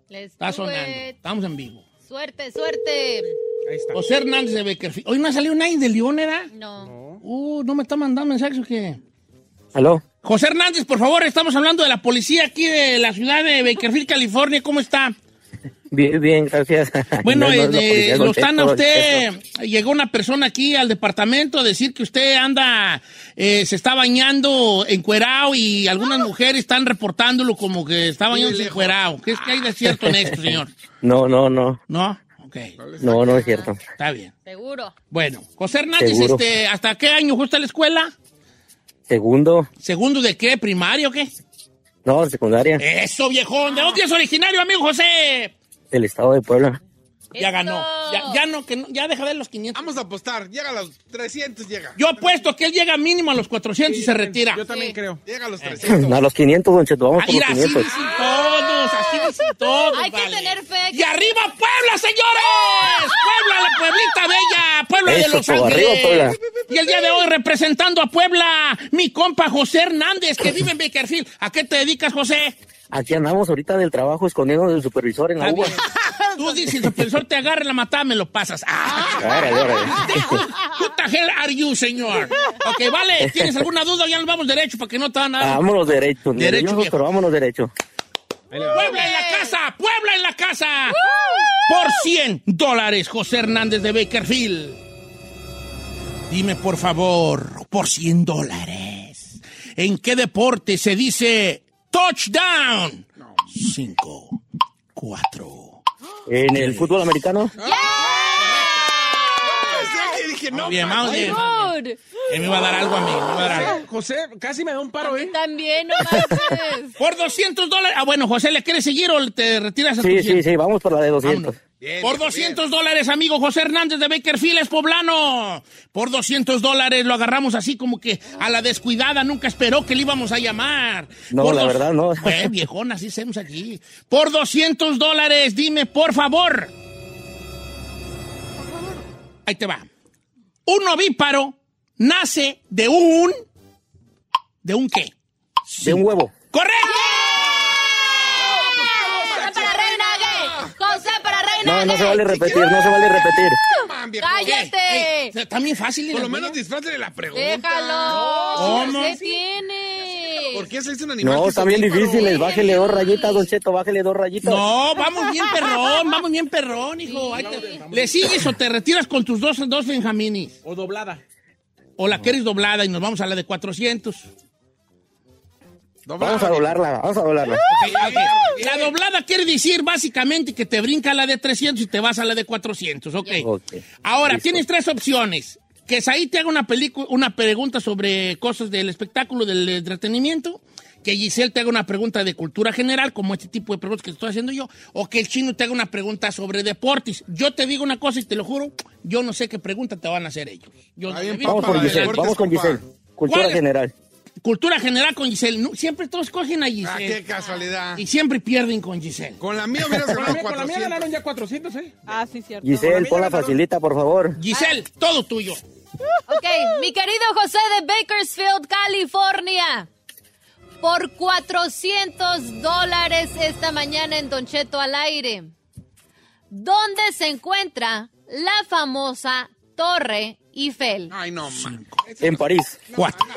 [SPEAKER 6] Let's
[SPEAKER 7] Está
[SPEAKER 6] do
[SPEAKER 7] sonando.
[SPEAKER 6] it.
[SPEAKER 7] Estamos en vivo.
[SPEAKER 6] Suerte, suerte.
[SPEAKER 4] Ahí está.
[SPEAKER 7] José Hernández de Beckerfield. Hoy no ha salido nadie de León, ¿era?
[SPEAKER 6] No.
[SPEAKER 7] Uh, no me está mandando mensajes o qué.
[SPEAKER 10] ¿Aló?
[SPEAKER 7] José Hernández, por favor, estamos hablando de la policía aquí de la ciudad de Bakerfield, California. ¿Cómo está?
[SPEAKER 10] Bien, bien, gracias. [laughs]
[SPEAKER 7] Bueno,
[SPEAKER 10] No, no,
[SPEAKER 7] eh,
[SPEAKER 10] no, policía,
[SPEAKER 7] de- lo
[SPEAKER 10] Don
[SPEAKER 7] están a
[SPEAKER 10] Cheto,
[SPEAKER 7] usted. Llegó una persona aquí al departamento a decir que usted anda, eh, se está bañando encuerao y algunas mujeres están reportándolo como que está bañándose encuerao. ¿Qué es que hay de cierto en esto, señor?
[SPEAKER 10] No, no, no.
[SPEAKER 7] No, ok.
[SPEAKER 10] No, no es cierto.
[SPEAKER 7] Está bien.
[SPEAKER 6] Seguro.
[SPEAKER 7] Bueno, José Hernández,
[SPEAKER 10] Seguro.
[SPEAKER 7] este, ¿hasta qué año fue usted a la escuela?
[SPEAKER 10] Segundo,
[SPEAKER 7] ¿Segundo de qué? ¿Primario o qué?
[SPEAKER 10] no, secundaria,
[SPEAKER 7] Eso, viejón. ¿De dónde es originario, amigo José?
[SPEAKER 10] del estado de Puebla.
[SPEAKER 7] Ya ganó. Ya, ya no, que no- ya deja de los 500.
[SPEAKER 3] Vamos a apostar. Llega a los 300, llega.
[SPEAKER 7] Yo apuesto que él llega mínimo a los 400 y se retira.
[SPEAKER 3] Yo también creo. Llega a
[SPEAKER 4] Eh.
[SPEAKER 3] los 300.
[SPEAKER 10] No, a los 500, Don Cheto, vamos por los
[SPEAKER 7] Mira, así
[SPEAKER 10] 500.
[SPEAKER 7] dicen todos, así dicen todos.
[SPEAKER 6] Hay que
[SPEAKER 7] vale.
[SPEAKER 6] tener fe. hay que ¡Ah!
[SPEAKER 7] ¡Y arriba Puebla, señores! ¡Puebla, la pueblita bella! ¡Puebla de
[SPEAKER 10] Eso,
[SPEAKER 7] Los
[SPEAKER 10] po,
[SPEAKER 7] Ángeles!
[SPEAKER 10] arriba, Puebla.
[SPEAKER 7] Y el día de hoy representando a Puebla, mi compa José Hernández, que vive en Bakerfield. ¿A qué te dedicas, José?
[SPEAKER 10] Aquí andamos ahorita del trabajo escondiendo del supervisor en la uva.
[SPEAKER 7] Tú dices, el profesor te agarra la matada, me lo pasas. ¡Ah!
[SPEAKER 10] Órale, órale.
[SPEAKER 7] [laughs] Who the hell are you, señor? Ok,
[SPEAKER 10] [laughs]
[SPEAKER 7] vale, ¿tienes alguna duda? Ya nos vamos derecho para que no te hagan nada.
[SPEAKER 10] Vámonos
[SPEAKER 7] Derecho,
[SPEAKER 10] derecho, nerviosos,
[SPEAKER 7] viejo.
[SPEAKER 10] pero vámonos derecho.
[SPEAKER 7] ¡Puebla en la casa! ¡Puebla en la casa! Por 100 dólares, José Hernández de Bakerfield. Dime, por favor, por 100 dólares, ¿en qué deporte se dice touchdown? Cinco, cuatro.
[SPEAKER 10] En el fútbol americano,
[SPEAKER 3] dije, no.
[SPEAKER 7] Bien,
[SPEAKER 3] man.
[SPEAKER 7] vamos bien. Que me iba a dar algo a mí, me iba a dar algo.
[SPEAKER 4] Ah, José, casi me da un paro, ¿eh?
[SPEAKER 6] También, [laughs] no manches.
[SPEAKER 7] Por 200 dólares. Ah, bueno, José, ¿le quieres seguir o te retiras a
[SPEAKER 10] Sí,
[SPEAKER 7] tu
[SPEAKER 10] sí, sí, vamos por la de 200.
[SPEAKER 7] Por 200 dólares, amigo José Hernández de Bakerfield es poblano. Por 200 dólares lo agarramos así como que a la descuidada. Nunca esperó que le íbamos a llamar.
[SPEAKER 10] No,
[SPEAKER 7] Por
[SPEAKER 10] la
[SPEAKER 7] dos-
[SPEAKER 10] verdad, no.
[SPEAKER 7] [laughs] Eh, viejón, así hacemos aquí. Por 200 dólares, dime, por favor. Ahí te va. Un ovíparo nace de un... ¿De un qué?
[SPEAKER 10] De un huevo.
[SPEAKER 7] ¡Correcto!
[SPEAKER 6] José para reina gay. José para reina
[SPEAKER 10] No, no se
[SPEAKER 6] gay.
[SPEAKER 10] vale repetir, no se vale repetir.
[SPEAKER 6] ¡Cállate!
[SPEAKER 7] Está bien fácil. ¿eh?
[SPEAKER 3] Por lo menos disfrazle la pregunta.
[SPEAKER 6] ¡Déjalo!
[SPEAKER 3] ¿Cómo?
[SPEAKER 6] ¿Qué tiene?
[SPEAKER 3] ¿Por qué se hizo un animal?
[SPEAKER 10] No,
[SPEAKER 3] que
[SPEAKER 10] está
[SPEAKER 3] se
[SPEAKER 10] bien
[SPEAKER 3] ve para-
[SPEAKER 10] difíciles. Bájele dos rayitas, Don Cheto, bájele dos rayitas.
[SPEAKER 7] No, vamos bien perrón, vamos bien perrón, hijo. Ahí te- ¿Le sigues o te retiras con tus dos, dos Benjaminis?
[SPEAKER 4] O doblada.
[SPEAKER 7] ¿O la quieres doblada y nos vamos a la de 400?
[SPEAKER 10] Vamos a doblarla, vamos a doblarla.
[SPEAKER 7] Ok. La doblada quiere decir básicamente que te brinca la de 300 y te vas a la de 400, ok.
[SPEAKER 10] Ok.
[SPEAKER 7] Ahora, tienes tres opciones. Que ahí te haga una, pelicu- una pregunta sobre cosas del espectáculo, del entretenimiento. Que Giselle te haga una pregunta de cultura general, como este tipo de preguntas que estoy haciendo yo. O que el chino te haga una pregunta sobre deportes. Yo te digo una cosa y te lo juro, yo no sé qué pregunta te van a hacer ellos. Yo no te digo.
[SPEAKER 10] Vamos con Giselle, vamos con Giselle. Cultura
[SPEAKER 7] ¿Cuál es?
[SPEAKER 10] general.
[SPEAKER 7] Cultura general con Giselle. No, siempre todos cogen a Giselle.
[SPEAKER 3] Ah, qué casualidad.
[SPEAKER 7] Y siempre pierden con Giselle.
[SPEAKER 3] Con la mía hubieras
[SPEAKER 4] Con la
[SPEAKER 3] ganado
[SPEAKER 4] mía, con la mía
[SPEAKER 3] 400.
[SPEAKER 4] ganaron ya 400, ¿eh?
[SPEAKER 5] Ah, sí, cierto.
[SPEAKER 10] Giselle, ponla facilita, por favor.
[SPEAKER 7] Giselle,
[SPEAKER 6] Ah.
[SPEAKER 7] todo tuyo.
[SPEAKER 6] Ok, mi querido José de Bakersfield, California. Por 400 dólares esta mañana en Don Cheto al aire. ¿Dónde se encuentra la famosa Torre Eiffel?
[SPEAKER 3] Ay, no, man.
[SPEAKER 10] En París.
[SPEAKER 7] Cuatro.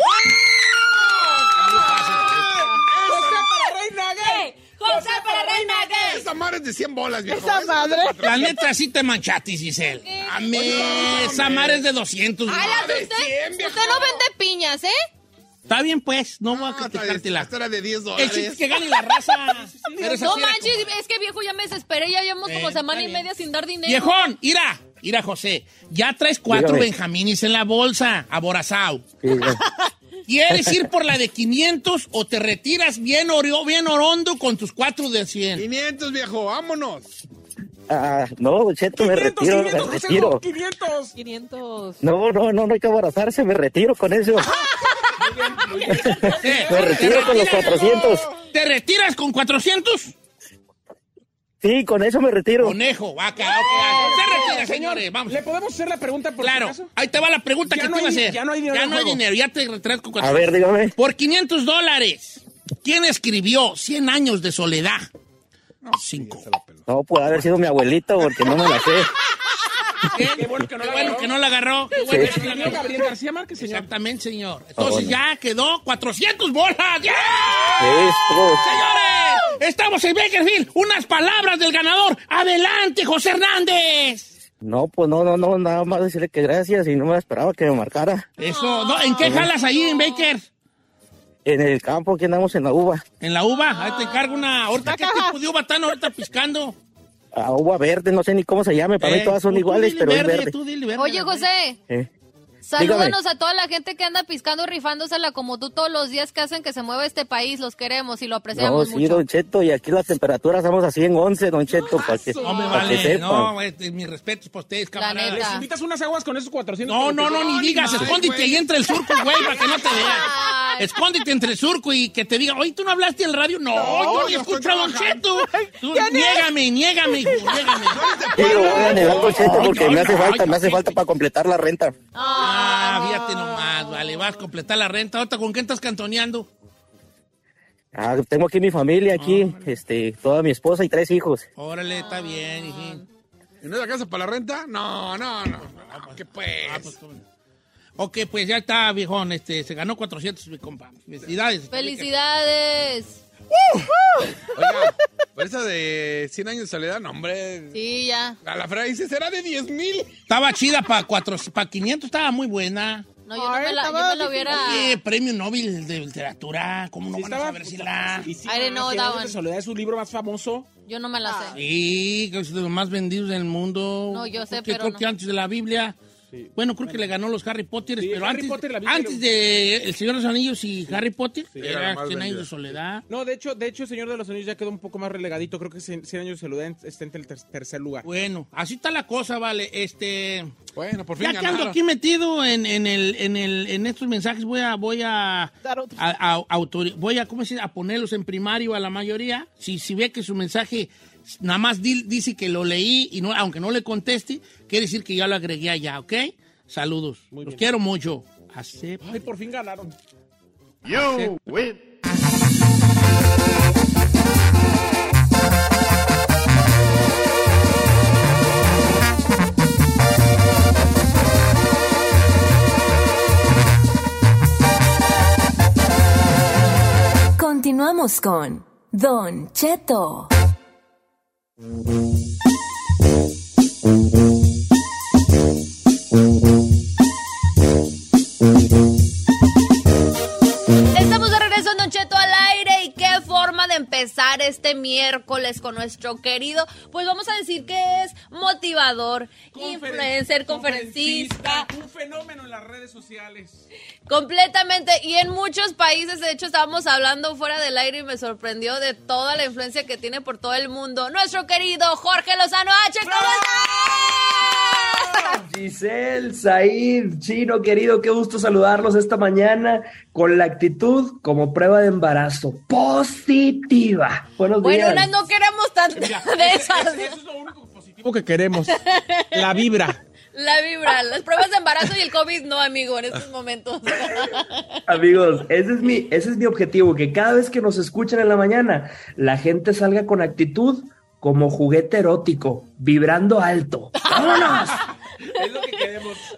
[SPEAKER 6] ¡José para Reina Gay!
[SPEAKER 3] Esa madre es de 100 bolas, viejo.
[SPEAKER 5] Esa madre.
[SPEAKER 7] La neta, sí te manchaste, Giselle. Amé, esa madre es de 200.
[SPEAKER 6] Ay, las de usted, usted no vende piñas, ¿eh?
[SPEAKER 7] Está bien, pues, no voy a criticártela.
[SPEAKER 3] Ah, Esta era de 10
[SPEAKER 7] El chiste es
[SPEAKER 3] dólares.
[SPEAKER 7] que gane la raza. Pero
[SPEAKER 6] [laughs]
[SPEAKER 7] esa
[SPEAKER 6] No
[SPEAKER 7] sí era
[SPEAKER 6] manches, es que viejo, ya me desesperé, ya llevamos como
[SPEAKER 7] Eh,
[SPEAKER 6] semana
[SPEAKER 7] está
[SPEAKER 6] y
[SPEAKER 7] bien.
[SPEAKER 6] media sin dar dinero.
[SPEAKER 7] Viejón, ira, ira, José. Ya traes cuatro
[SPEAKER 10] Dígame.
[SPEAKER 7] Benjaminis en la bolsa, aborazao.
[SPEAKER 10] Sí, ya.
[SPEAKER 7] [laughs] ¿Quieres ir por la de 500 o te retiras bien, orio, bien orondo con tus cuatro de 100?
[SPEAKER 3] 500, viejo, vámonos.
[SPEAKER 10] Ah, no, Don Cheto, me retiro, me
[SPEAKER 4] 500, José,
[SPEAKER 10] retiro.
[SPEAKER 4] 500.
[SPEAKER 5] 500.
[SPEAKER 10] No, no, no, no hay que abrazarse, me retiro con eso.
[SPEAKER 7] Eh,
[SPEAKER 10] Me retiro con los 400.
[SPEAKER 7] ¿Te retiras con 400?
[SPEAKER 10] Sí, con eso me retiro.
[SPEAKER 7] Conejo, vaca, ok. Se retira, señores, vamos.
[SPEAKER 4] ¿Le podemos hacer la pregunta por
[SPEAKER 7] Claro,
[SPEAKER 4] si acaso?
[SPEAKER 7] ahí te va la pregunta
[SPEAKER 4] Ya
[SPEAKER 7] que
[SPEAKER 4] no
[SPEAKER 7] te iba a
[SPEAKER 4] hay-
[SPEAKER 7] hacer.
[SPEAKER 4] ya no hay dinero
[SPEAKER 7] Ya
[SPEAKER 4] en
[SPEAKER 7] no hay
[SPEAKER 4] juego.
[SPEAKER 7] dinero, ya te retras con
[SPEAKER 10] A ver, dígame.
[SPEAKER 7] Por 500 dólares, ¿quién escribió 100 años de soledad? Cinco.
[SPEAKER 10] No, puede haber sido mi abuelito porque no me la sé.
[SPEAKER 7] [laughs] Qué, bueno que no la agarró. Qué bueno que no la agarró.
[SPEAKER 4] Gabriel García Márquez, señor.
[SPEAKER 7] Exactamente, señor.
[SPEAKER 10] Ah,
[SPEAKER 7] Entonces
[SPEAKER 10] bueno.
[SPEAKER 7] ya quedó 400 bolas. ¡Yeah!
[SPEAKER 10] Esto.
[SPEAKER 7] ¡Señores! Estamos en Bakersfield. Unas palabras del ganador. ¡Adelante, José Hernández!
[SPEAKER 10] No, pues no, no, no, nada más decirle que gracias y no me esperaba que me marcara.
[SPEAKER 7] Eso. ¿no? ¿En qué jalas ahí en Baker?
[SPEAKER 10] En el campo que andamos en la uva,
[SPEAKER 7] En la uva. Ahí te encargo una. Ahorita, ¿qué tipo de uva están ahorita piscando?
[SPEAKER 10] a uva verde, no sé ni cómo se llame, para
[SPEAKER 7] Eh,
[SPEAKER 10] mí todas son
[SPEAKER 7] tú
[SPEAKER 10] iguales,
[SPEAKER 7] dile
[SPEAKER 10] pero es verde.
[SPEAKER 7] tú dile verde,
[SPEAKER 6] Oye,
[SPEAKER 7] la
[SPEAKER 6] José,
[SPEAKER 10] Eh.
[SPEAKER 6] Salúdanos a toda la gente que anda piscando, rifándosela como tú todos los días que hacen que se mueva este país. Los queremos y lo
[SPEAKER 10] No,
[SPEAKER 6] apreciamos
[SPEAKER 10] sí,
[SPEAKER 6] mucho.
[SPEAKER 10] Don Cheto, y aquí las temperaturas estamos así en 11, Don Cheto, para que,
[SPEAKER 7] No me
[SPEAKER 10] para que
[SPEAKER 7] vale,
[SPEAKER 10] sepan.
[SPEAKER 7] no, este, mis respetos para ustedes,
[SPEAKER 6] neta.
[SPEAKER 7] camaradas.
[SPEAKER 4] Invitas unas aguas con esos 400.
[SPEAKER 7] No, no, no, ni digas,
[SPEAKER 3] más,
[SPEAKER 7] escóndete
[SPEAKER 3] güey.
[SPEAKER 7] y entra el surco, güey, para que no te vean.
[SPEAKER 6] Ay.
[SPEAKER 7] Escóndete entre el surco y que te diga, oye, ¿tú no hablaste en el radio? No, yo
[SPEAKER 3] yo
[SPEAKER 7] escucho
[SPEAKER 3] estoy
[SPEAKER 7] a Don
[SPEAKER 3] trabajando.
[SPEAKER 7] Cheto. Tú, niégame, niégame, hijo, niégame.
[SPEAKER 10] Sí, lo voy a negar, Don Cheto,
[SPEAKER 7] Ay,
[SPEAKER 10] porque
[SPEAKER 7] ay,
[SPEAKER 10] me hace
[SPEAKER 7] ay,
[SPEAKER 10] falta, me
[SPEAKER 7] ay,
[SPEAKER 10] hace
[SPEAKER 7] ay.
[SPEAKER 10] falta para completar la renta.
[SPEAKER 7] Ah, fíjate nomás, vale, vas a completar la renta. Ahorita, ¿con qué estás cantoneando?
[SPEAKER 10] Ah, tengo aquí mi familia, aquí, este, toda mi esposa y tres hijos.
[SPEAKER 7] Órale, está bien, hijín.
[SPEAKER 3] ¿Y no es la casa para la renta? No, no, no. no, ¿Qué
[SPEAKER 7] Ah, pues,
[SPEAKER 3] pues?
[SPEAKER 7] cómo no. Ok, pues ya está, viejón, este, se ganó 400, mi compa. Felicidades.
[SPEAKER 6] Felicidades.
[SPEAKER 3] Oiga, por esa de 100 años de soledad, no, hombre.
[SPEAKER 6] Sí, ya.
[SPEAKER 3] A la frase dice, será de 10 mil.
[SPEAKER 7] Estaba chida para pa 500, estaba muy buena.
[SPEAKER 6] No, yo no me la, yo me la hubiera.
[SPEAKER 7] Oye, premio Nobel de literatura, ¿cómo no
[SPEAKER 4] Sí,
[SPEAKER 7] van a saber si la...?
[SPEAKER 4] Y sí,
[SPEAKER 6] I didn't know
[SPEAKER 4] Cien
[SPEAKER 6] that
[SPEAKER 4] años
[SPEAKER 6] one.
[SPEAKER 4] de Soledad es su libro más famoso.
[SPEAKER 6] Yo no me la sé.
[SPEAKER 7] Sí, que es de los más vendidos del mundo.
[SPEAKER 6] No, yo sé,
[SPEAKER 7] Porque
[SPEAKER 6] pero
[SPEAKER 7] creo
[SPEAKER 6] no.
[SPEAKER 7] que antes de la Biblia. Bueno, creo que le ganó los Harry Potter,
[SPEAKER 4] Sí,
[SPEAKER 7] pero
[SPEAKER 4] Harry
[SPEAKER 7] antes,
[SPEAKER 4] Potter, la Biblia,
[SPEAKER 7] antes
[SPEAKER 4] lo-
[SPEAKER 7] de El Señor de los Anillos y Harry Potter,
[SPEAKER 4] Sí,
[SPEAKER 7] era,
[SPEAKER 4] era la más
[SPEAKER 7] 100 años
[SPEAKER 4] vendida.
[SPEAKER 7] de soledad.
[SPEAKER 4] No, de hecho, de hecho, Señor de los Anillos ya quedó un poco más relegadito. Creo que 100 años de soledad en- está entre el ter- tercer lugar.
[SPEAKER 7] Bueno, así está la cosa, vale. Este.
[SPEAKER 4] Bueno, por
[SPEAKER 7] ya que ando aquí metido en, en el, en, el, en estos mensajes, voy a, voy a, a- a- autori- voy a, ¿cómo se dice? A ponerlos en primario a la mayoría. Si, si ve que su mensaje nada más di- dice que lo leí y no, aunque no le conteste, quiere decir que ya lo agregué allá, ¿ok? Saludos. Los quiero mucho. Acep-
[SPEAKER 4] Ay, por fin ganaron.
[SPEAKER 7] acep-
[SPEAKER 11] Continuamos con Don Cheto.
[SPEAKER 6] Estamos de regreso en Don Cheto al aire y qué forma de empezar este miércoles con nuestro querido, pues vamos a decir que es motivador, influencer, conferencista,
[SPEAKER 4] Un fenómeno en las redes sociales.
[SPEAKER 6] completamente y en muchos países, de hecho estábamos hablando fuera del aire y me sorprendió de toda la influencia que tiene por todo el mundo. Nuestro querido Jorge Lozano H, ¿cómo
[SPEAKER 12] Giselle, Said, Chino, querido, qué gusto saludarlos esta mañana con la actitud como prueba de embarazo positiva. Buenos
[SPEAKER 6] Bueno,
[SPEAKER 12] días.
[SPEAKER 6] unas no queremos tanto de esas.
[SPEAKER 4] Tipo que queremos. La vibra.
[SPEAKER 6] La vibra, las pruebas de embarazo y el COVID no, amigo, en estos
[SPEAKER 4] [laughs]
[SPEAKER 6] momentos.
[SPEAKER 12] Amigos, ese es, mi, ese es mi objetivo, que cada vez que nos escuchen en la mañana, la gente salga con actitud como juguete erótico, vibrando alto. ¡Vámonos!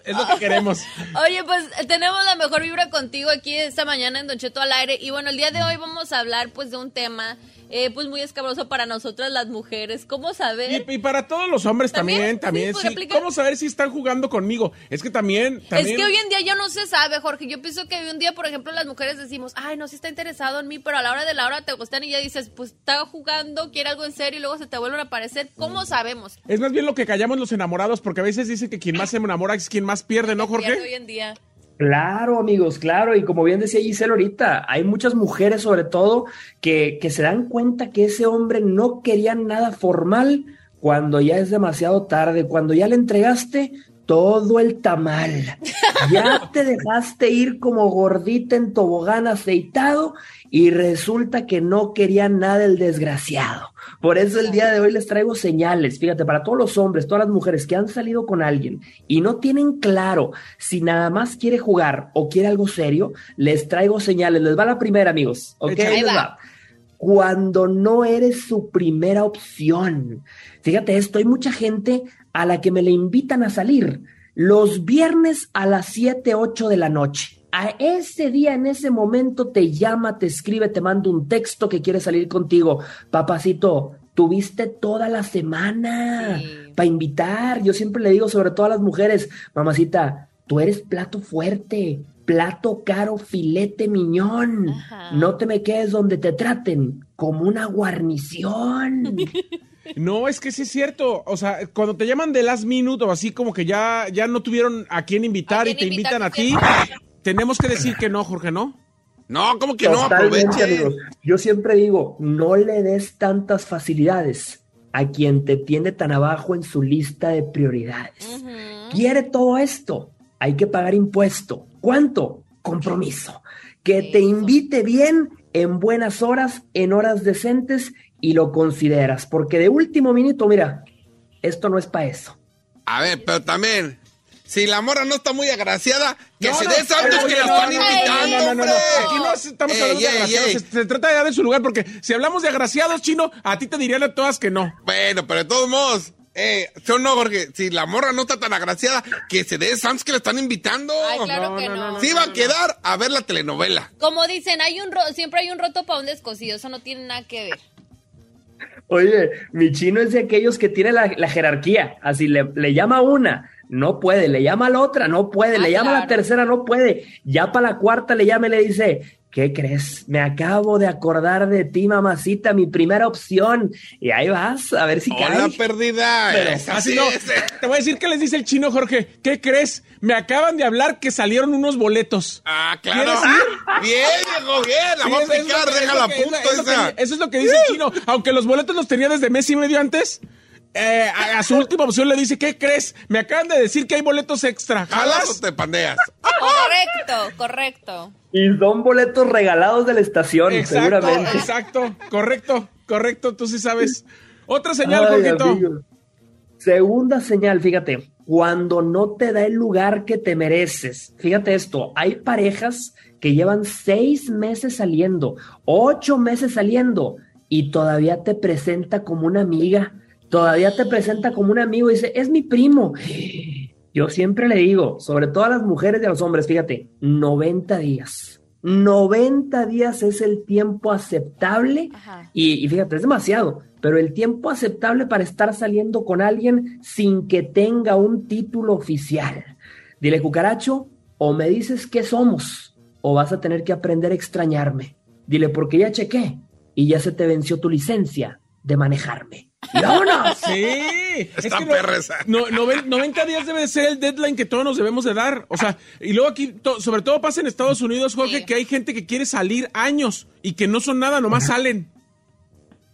[SPEAKER 4] Es lo que queremos.
[SPEAKER 6] Oye, pues tenemos la mejor vibra contigo aquí esta mañana en Don Cheto al aire. Y bueno, el día de hoy vamos a hablar pues de un tema eh, pues muy escabroso para nosotras las mujeres. ¿Cómo saber?
[SPEAKER 4] Y, y para todos los hombres también, también.
[SPEAKER 6] pues,
[SPEAKER 4] sí.
[SPEAKER 6] aplica.
[SPEAKER 4] ¿Cómo saber si están jugando conmigo? Es que también.
[SPEAKER 6] Es
[SPEAKER 4] también
[SPEAKER 6] que hoy en día ya no se sabe, Jorge. Yo pienso que hoy en día, por ejemplo, las mujeres decimos, ay, no, si está interesado en mí, pero a la hora de la hora te acostan y ya dices, pues está jugando, quiere algo en serio y luego se te vuelven a aparecer. ¿Cómo sabemos?
[SPEAKER 4] Es más bien lo que callamos los enamorados, porque a veces dicen que quien más se enamora es quien más pierde, ¿no,
[SPEAKER 6] Fíjate,
[SPEAKER 4] Jorge?
[SPEAKER 6] Hoy en día.
[SPEAKER 12] Claro, amigos, claro. Y como bien decía Giselle ahorita, hay muchas mujeres sobre todo que, que se dan cuenta que ese hombre no quería nada formal cuando ya es demasiado tarde, cuando ya le entregaste todo el
[SPEAKER 13] [laughs]
[SPEAKER 12] tamal. Ya te dejaste ir como gordita en tobogán aceitado y resulta que no quería nada el desgraciado. Por eso el día de hoy les traigo señales, fíjate, para todos los hombres, todas las mujeres que han salido con alguien y no tienen claro si nada más quiere jugar o quiere algo serio, les traigo señales. Les va la primera, amigos. ¿ok?
[SPEAKER 13] Échale.
[SPEAKER 12] Ahí les
[SPEAKER 13] Ahí va.
[SPEAKER 12] va cuando no eres su primera opción. Fíjate esto, hay mucha gente a la que me le invitan a salir los viernes a las 7, 8 de la noche. A ese día, en ese momento, te llama, te escribe, te manda un texto que quiere salir contigo. Papacito, tuviste toda la semana para invitar. Yo siempre le digo, sobre todo a las mujeres, mamacita, tú eres plato fuerte, plato caro, filete miñón. No te me quedes donde te traten como una guarnición.
[SPEAKER 4] No, es que sí es cierto. O sea, cuando te llaman de last minute o así como que ya, ya no tuvieron a quién invitar y te invitan a ti, tenemos que decir que no, Jorge, ¿no? No, ¿cómo
[SPEAKER 12] Totalmente, amigos. Yo siempre digo, no le des tantas facilidades a quien te tiene tan abajo en su lista de prioridades. Quiere todo esto, hay que pagar impuesto. ¿Cuánto? Compromiso. Que te invite bien en buenas horas, en horas decentes y lo consideras, porque de último minuto, mira, esto no es para eso.
[SPEAKER 3] A ver, pero también, si la mora no está muy agraciada, que
[SPEAKER 4] No,
[SPEAKER 3] se
[SPEAKER 4] no,
[SPEAKER 3] dé antes
[SPEAKER 4] no,
[SPEAKER 3] que
[SPEAKER 4] no,
[SPEAKER 3] la
[SPEAKER 4] no,
[SPEAKER 3] están
[SPEAKER 4] no, no,
[SPEAKER 3] invitando,
[SPEAKER 4] no, no, no,
[SPEAKER 3] hombre.
[SPEAKER 4] no. Aquí no estamos
[SPEAKER 3] Ey,
[SPEAKER 4] hablando de
[SPEAKER 3] ey,
[SPEAKER 4] agraciados.
[SPEAKER 3] ey.
[SPEAKER 4] Se, se trata de dar en su lugar porque si hablamos de agraciados, chino, a ti te dirían a todas que no.
[SPEAKER 3] Bueno, pero de todos modos, eh, yo no, Jorge, si la morra no está tan agraciada, que se dé antes que la están invitando.
[SPEAKER 6] Ay, claro No, que no, no. no,
[SPEAKER 3] Se iba a quedar a ver la telenovela.
[SPEAKER 6] Como dicen, hay un ro- siempre hay un roto para un descosido, eso no tiene nada que ver.
[SPEAKER 12] Oye, mi chino es de aquellos que tiene la, la jerarquía. Así le, le llama a una, no puede, le llama a la otra, no puede, le llama a la tercera, no puede. Ya para la cuarta le llama y le dice, ¿Qué crees? Me acabo de acordar de ti, mamacita, mi primera opción. Y ahí vas, a ver si
[SPEAKER 4] Hola,
[SPEAKER 12] caes.
[SPEAKER 4] perdida.
[SPEAKER 12] Pero
[SPEAKER 4] así no.
[SPEAKER 3] eh.
[SPEAKER 4] Te voy a decir qué les dice el chino, Jorge. ¿Qué crees? Me acaban de hablar que salieron unos boletos.
[SPEAKER 3] Ah,
[SPEAKER 4] ¿Quieres
[SPEAKER 3] claro.
[SPEAKER 4] ir?
[SPEAKER 3] Bien, viejo, bien. La
[SPEAKER 4] Sí, eso
[SPEAKER 3] voy a
[SPEAKER 4] es lo
[SPEAKER 3] picar,
[SPEAKER 4] que-
[SPEAKER 3] deja
[SPEAKER 4] es lo
[SPEAKER 3] la
[SPEAKER 4] que- es lo-
[SPEAKER 3] punta
[SPEAKER 4] es lo que
[SPEAKER 3] esa.
[SPEAKER 4] di- Eso es lo que dice el chino. Aunque los boletos los tenía desde mes y medio antes, eh, a, a su última opción le dice, ¿qué crees? Me acaban de decir que hay boletos extra.
[SPEAKER 3] ¿Jalas
[SPEAKER 4] ¿Jalas?
[SPEAKER 3] o te pandeas?
[SPEAKER 6] ¡Ah!
[SPEAKER 14] Correcto, correcto.
[SPEAKER 12] Y son boletos regalados de la estación,
[SPEAKER 4] Exacto,
[SPEAKER 12] seguramente.
[SPEAKER 4] exacto. Correcto, correcto. Tú sí sabes. Otra señal,
[SPEAKER 12] Ay,
[SPEAKER 4] Jorgito.
[SPEAKER 12] amigo. Segunda señal, fíjate, cuando no te da el lugar que te mereces. Fíjate esto, hay parejas que llevan seis meses saliendo, ocho meses saliendo, y todavía te presenta como una amiga, todavía te presenta como un amigo y dice, es mi primo. Yo siempre le digo, sobre todo a las mujeres y a los hombres, fíjate, 90 días. 90 días es el tiempo aceptable y, y fíjate, es demasiado, pero el tiempo aceptable para estar saliendo con alguien sin que tenga un título oficial. Dile, cucaracho, o me dices qué somos, o vas a tener que aprender a extrañarme. Dile, porque ya chequé y ya se te venció tu licencia de manejarme.
[SPEAKER 14] [laughs]
[SPEAKER 12] ¡Y vámonos!
[SPEAKER 4] Sí. Es
[SPEAKER 3] Está
[SPEAKER 4] que
[SPEAKER 3] perra esa.
[SPEAKER 4] no- noven- 90 días debe de ser el deadline que todos nos debemos de dar. O sea, y luego aquí, to- sobre todo pasa en Estados Unidos, Jorge, que hay gente que quiere salir años y que no son nada, nomás salen.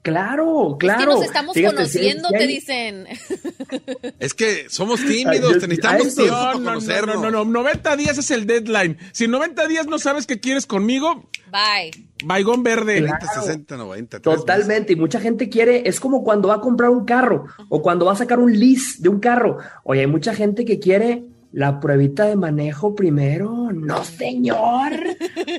[SPEAKER 12] Claro,
[SPEAKER 14] Es
[SPEAKER 12] claro.
[SPEAKER 14] que nos estamos
[SPEAKER 4] Fíjate, sí,
[SPEAKER 14] conociendo,
[SPEAKER 4] sí
[SPEAKER 14] te
[SPEAKER 4] hay-
[SPEAKER 14] dicen.
[SPEAKER 3] Es que somos
[SPEAKER 4] Ay,
[SPEAKER 3] tímidos,
[SPEAKER 4] yo-
[SPEAKER 3] te necesitamos
[SPEAKER 4] ay,
[SPEAKER 3] tiempo
[SPEAKER 4] no,
[SPEAKER 3] para
[SPEAKER 4] no,
[SPEAKER 3] conocernos.
[SPEAKER 4] No, no, no, 90 días es el deadline. Si en 90 días no sabes qué quieres conmigo,
[SPEAKER 14] Bye.
[SPEAKER 4] Baigón verde.
[SPEAKER 3] 30, 60, 90. tres meses.
[SPEAKER 12] Totalmente, y mucha gente quiere, es como cuando va a comprar un carro o cuando va a sacar un lease de un carro. Oye, hay mucha gente que quiere la pruebita de manejo primero. No, señor.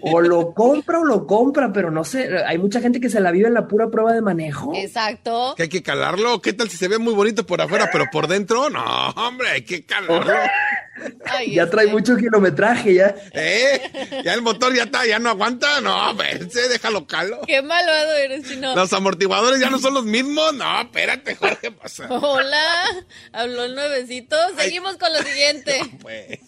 [SPEAKER 12] O lo compra o lo compra, pero no sé. Hay mucha gente que se la vive en la pura prueba de manejo.
[SPEAKER 4] [laughs]
[SPEAKER 14] Exacto.
[SPEAKER 3] Que hay que calarlo. ¿Qué tal si se ve muy bonito por afuera, pero por dentro? No, hombre, hay que calarlo.
[SPEAKER 14] Ay,
[SPEAKER 12] Ya trae mucho kilometraje, ya.
[SPEAKER 3] ¿Eh? Ya el motor ya está, ya no aguanta. No, vence, déjalo calo.
[SPEAKER 14] Qué malvado eres, chino.
[SPEAKER 3] Los amortiguadores ya no son los mismos. No, espérate, Jorge, pues, pasa.
[SPEAKER 14] Hola, habló el nuevecito. Seguimos con lo
[SPEAKER 4] [laughs]
[SPEAKER 14] siguiente.
[SPEAKER 3] pues.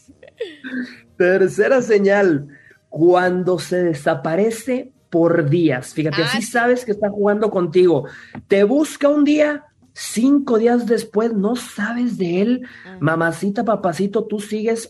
[SPEAKER 12] Tercera señal, cuando se desaparece por días. Fíjate, así sabes que está jugando contigo. Te busca un día, cinco días después no sabes de él. Mamacita, papacito, tú sigues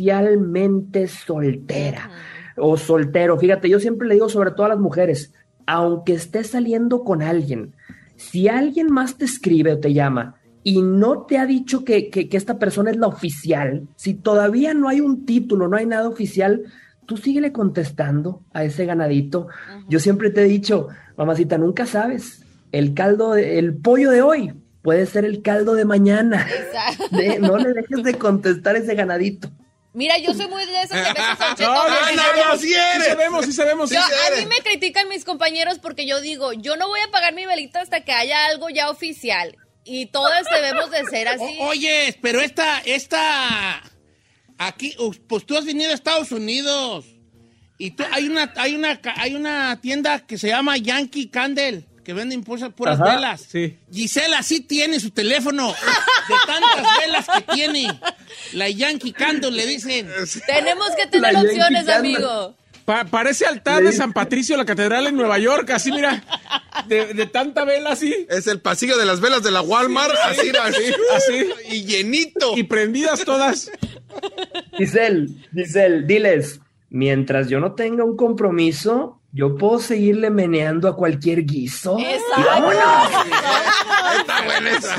[SPEAKER 12] oficialmente soltera o soltero. Fíjate, yo siempre le digo sobre todo a las mujeres, aunque estés saliendo con alguien, si alguien más te escribe o te llama y no te ha dicho que, que- que esta persona es la oficial, si todavía no hay un título, no hay nada oficial, tú síguele contestando a ese ganadito. Yo siempre te he dicho, mamacita, nunca sabes. El caldo, de- el pollo de hoy puede ser el caldo de mañana. De- no le dejes de contestar a ese ganadito.
[SPEAKER 14] Mira, yo soy muy de esas que
[SPEAKER 4] [laughs]
[SPEAKER 14] besas a un cheto.
[SPEAKER 4] No, no,
[SPEAKER 14] me-
[SPEAKER 4] no, no, sí eres. Sí sabemos, sí sabemos.
[SPEAKER 14] Yo-
[SPEAKER 4] sí
[SPEAKER 14] a mí
[SPEAKER 4] eres.
[SPEAKER 14] me critican mis compañeros porque yo digo, yo no voy a pagar mi velita hasta que haya algo ya oficial. Y todas debemos de ser
[SPEAKER 4] [laughs]
[SPEAKER 14] así.
[SPEAKER 7] O- oye, pero esta, esta, aquí, uh, pues tú has venido a Estados Unidos y tú, hay una, hay una, ca- hay una tienda que se llama Yankee Candle que vende impulsas puras
[SPEAKER 4] Ajá,
[SPEAKER 7] velas.
[SPEAKER 4] Sí.
[SPEAKER 7] Gisela sí tiene su teléfono de tantas velas que tiene. La Yankee Candle
[SPEAKER 14] [laughs]
[SPEAKER 7] le dicen.
[SPEAKER 14] Tenemos que tener opciones, amigo.
[SPEAKER 4] Pa- parece altar de San Patricio, la catedral en Nueva York, así mira, de, de tanta vela así.
[SPEAKER 3] Es el pasillo de las velas de la Walmart, así, era, así.
[SPEAKER 4] [laughs] Así.
[SPEAKER 3] Y llenito.
[SPEAKER 4] Y prendidas todas.
[SPEAKER 12] Giselle, Giselle, diles, mientras yo no tenga un compromiso, yo puedo seguirle meneando a cualquier guiso. Y vámonos.
[SPEAKER 3] Está buena esa.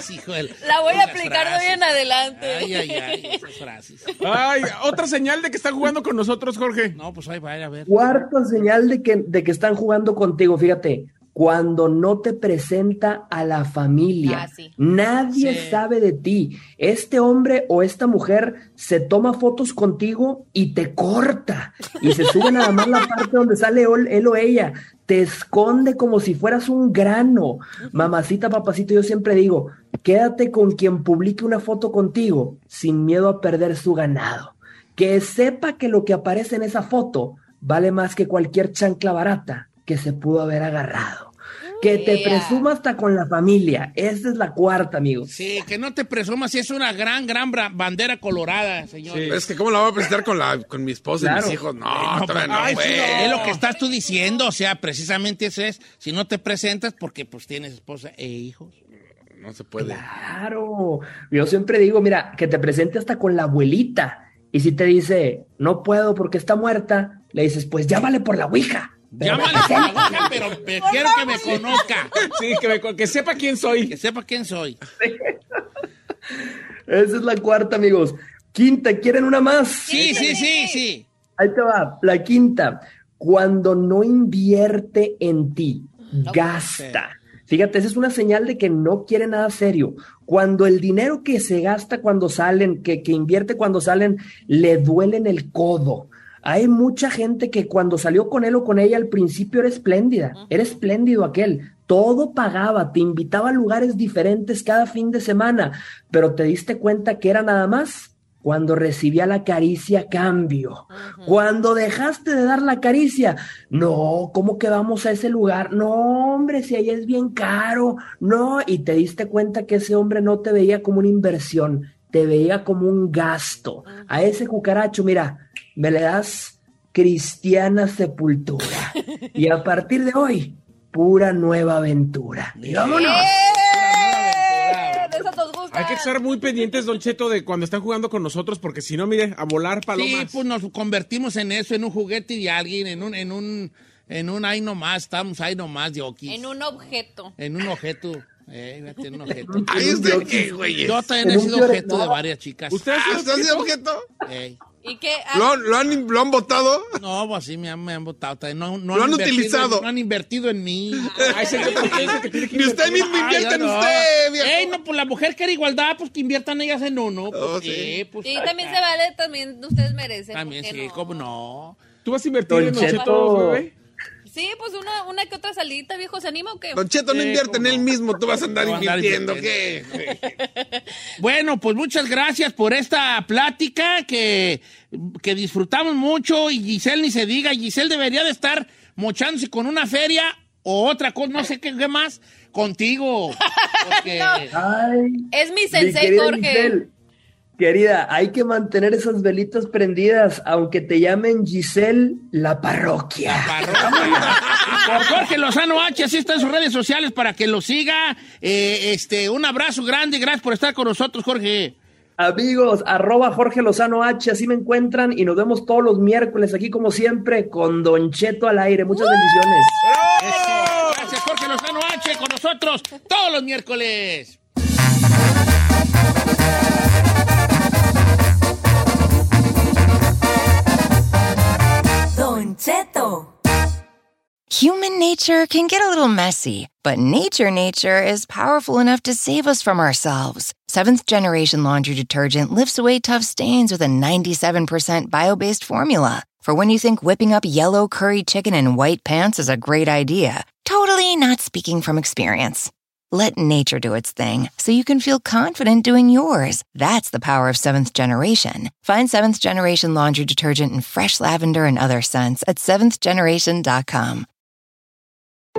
[SPEAKER 14] La voy a
[SPEAKER 7] Esas
[SPEAKER 14] aplicar de
[SPEAKER 7] frases.
[SPEAKER 14] hoy en adelante.
[SPEAKER 7] Ay, ay, ay, esas frases.
[SPEAKER 4] Ay, otra señal de que está jugando con nosotros, Jorge.
[SPEAKER 7] No, pues ahí va a ver.
[SPEAKER 12] Cuarta señal de que, de que están jugando contigo, fíjate, cuando no te presenta a la familia.
[SPEAKER 14] Ah, sí.
[SPEAKER 12] Nadie
[SPEAKER 14] Sí.
[SPEAKER 12] sabe de ti. Este hombre o esta mujer se toma fotos contigo y te corta. Y se sube nada más la parte donde sale ol- él o ella. Te esconde como si fueras un grano. Mamacita, papacito, yo siempre digo, quédate con quien publique una foto contigo sin miedo a perder su ganado que sepa que lo que aparece en esa foto vale más que cualquier chancla barata que se pudo haber agarrado. Que te presuma hasta con la familia. Esa es la cuarta, amigos.
[SPEAKER 7] Sí, que no te presumas si es una gran, gran bra- bandera colorada, señor.
[SPEAKER 3] Es que, ¿cómo la voy a presentar con, la, con mi esposa y
[SPEAKER 7] Claro.
[SPEAKER 3] mis hijos?
[SPEAKER 7] Eh,
[SPEAKER 3] No,
[SPEAKER 7] no, pero-
[SPEAKER 3] todavía no,
[SPEAKER 7] Ay, sí,
[SPEAKER 3] güey.
[SPEAKER 7] no. Es lo que estás tú diciendo, o sea, precisamente eso es. Si no te presentas, porque pues tienes esposa e hijos.
[SPEAKER 3] No se puede.
[SPEAKER 12] Claro. Yo siempre digo, mira, que te presente hasta con la abuelita. Y si te dice, no puedo porque está muerta, le dices, pues llámale por la ouija. Pero
[SPEAKER 7] Llámale por la boca, pero me- quiero que me conozca.
[SPEAKER 4] Sí, que, me- que sepa quién soy.
[SPEAKER 7] Que sepa quién soy.
[SPEAKER 12] Esa es la cuarta, amigos. Quinta, ¿quieren una más?
[SPEAKER 7] Sí, sí, sí, sí.
[SPEAKER 12] Ahí te va. La quinta, cuando no invierte en ti, gasta. Fíjate, esa es una señal de que no quiere nada serio. Cuando el dinero que se gasta cuando salen, que, que invierte cuando salen, le duele en el codo. Hay mucha gente que cuando salió con él o con ella al principio era espléndida, era espléndido aquel, todo pagaba, te invitaba a lugares diferentes cada fin de semana, pero te diste cuenta que era nada más cuando recibía la caricia a cambio. Cuando dejaste de dar la caricia, no, ¿cómo que vamos a ese lugar? No, hombre, si ahí es bien caro, no, y te diste cuenta que ese hombre no te veía como una inversión, te veía como un gasto. A ese cucaracho, mira, me le das cristiana sepultura. y a partir de hoy, pura nueva aventura. Y vámonos.
[SPEAKER 14] ¡Eh! De esas nos gusta.
[SPEAKER 4] Hay que estar muy pendientes, Don Cheto, de cuando están jugando con nosotros, porque si no, mire, a volar
[SPEAKER 7] Sí,
[SPEAKER 4] palomas.
[SPEAKER 7] pues nos convertimos en eso, en un juguete de alguien, en un, en un, en un ahí nomás, estamos ahí nomás de Oki.
[SPEAKER 14] En un objeto.
[SPEAKER 7] En un objeto. Eh, fíjate, en un
[SPEAKER 3] [laughs]
[SPEAKER 7] objeto.
[SPEAKER 3] Ay, ¿usted qué, güey?
[SPEAKER 7] Yo también he sido objeto de varias chicas.
[SPEAKER 3] ¿Usted ha sido ¿Usted ha sido objeto?
[SPEAKER 7] Ey.
[SPEAKER 14] ¿Y ah, qué?
[SPEAKER 3] ¿Lo, han- lo han, ¿Lo han votado?
[SPEAKER 7] No, pues sí, me han, me han votado. también. No, no
[SPEAKER 3] ¿Lo han
[SPEAKER 7] invertido
[SPEAKER 3] utilizado?
[SPEAKER 7] en- no han invertido en mí.
[SPEAKER 4] Ay, señor, ¿por qué dice que tiene que Ni usted invertir? mismo
[SPEAKER 7] Ay,
[SPEAKER 4] invierte
[SPEAKER 7] Ah, yo
[SPEAKER 4] en usted, viejo. Oh,
[SPEAKER 7] Ey, no, pues la mujer quiere igualdad, pues que inviertan ellas en uno. Pues,
[SPEAKER 4] sí.
[SPEAKER 7] sí, pues,
[SPEAKER 14] Y también se vale, también ustedes merecen.
[SPEAKER 7] También
[SPEAKER 14] ¿por qué
[SPEAKER 7] sí,
[SPEAKER 14] no?
[SPEAKER 7] cómo no.
[SPEAKER 4] ¿Tú vas a invertir
[SPEAKER 7] Don
[SPEAKER 4] en Don
[SPEAKER 7] Cheto.
[SPEAKER 4] Cheto, bebé?
[SPEAKER 14] Sí, pues una, una que otra salidita, viejo, ¿se anima o qué?
[SPEAKER 3] Don Cheto no
[SPEAKER 7] Eh,
[SPEAKER 3] invierte en él mismo, tú vas a andar
[SPEAKER 7] No va a andar
[SPEAKER 3] invirtiendo, ¿qué?
[SPEAKER 7] invirtiendo. Bueno, pues muchas gracias por esta plática que, que disfrutamos mucho y Giselle ni se diga, Giselle debería de estar mochándose con una feria o otra cosa, no sé qué, qué más, contigo.
[SPEAKER 14] [laughs]
[SPEAKER 7] Porque-
[SPEAKER 14] Es mi
[SPEAKER 12] Mi
[SPEAKER 14] sensei,
[SPEAKER 12] querida
[SPEAKER 14] Jorge.
[SPEAKER 12] Giselle, querida, hay que mantener esas velitas prendidas, aunque te llamen Giselle la parroquia.
[SPEAKER 7] Por Jorge Lozano H, así está en sus redes sociales para que lo siga. Eh, este, un abrazo grande, gracias por estar con nosotros, Jorge.
[SPEAKER 12] Amigos, arroba Jorge Lozano H, así me encuentran y nos vemos todos los miércoles aquí como siempre con Don Cheto al aire. Muchas bendiciones.
[SPEAKER 7] Eso. Gracias, Jorge Lozano H, con nosotros todos los miércoles.
[SPEAKER 11] Don Cheto.
[SPEAKER 1] Human nature can get a little messy, but nature nature is powerful enough to save us from ourselves. Seventh generation laundry detergent lifts away tough stains with a 97% bio based formula. For when you think whipping up yellow curry chicken in white pants is a great idea, totally not speaking from experience. Let nature do its thing so you can feel confident doing yours. That's the power of seventh generation. Find seventh generation laundry detergent in fresh lavender and other scents at seventhgeneration.com.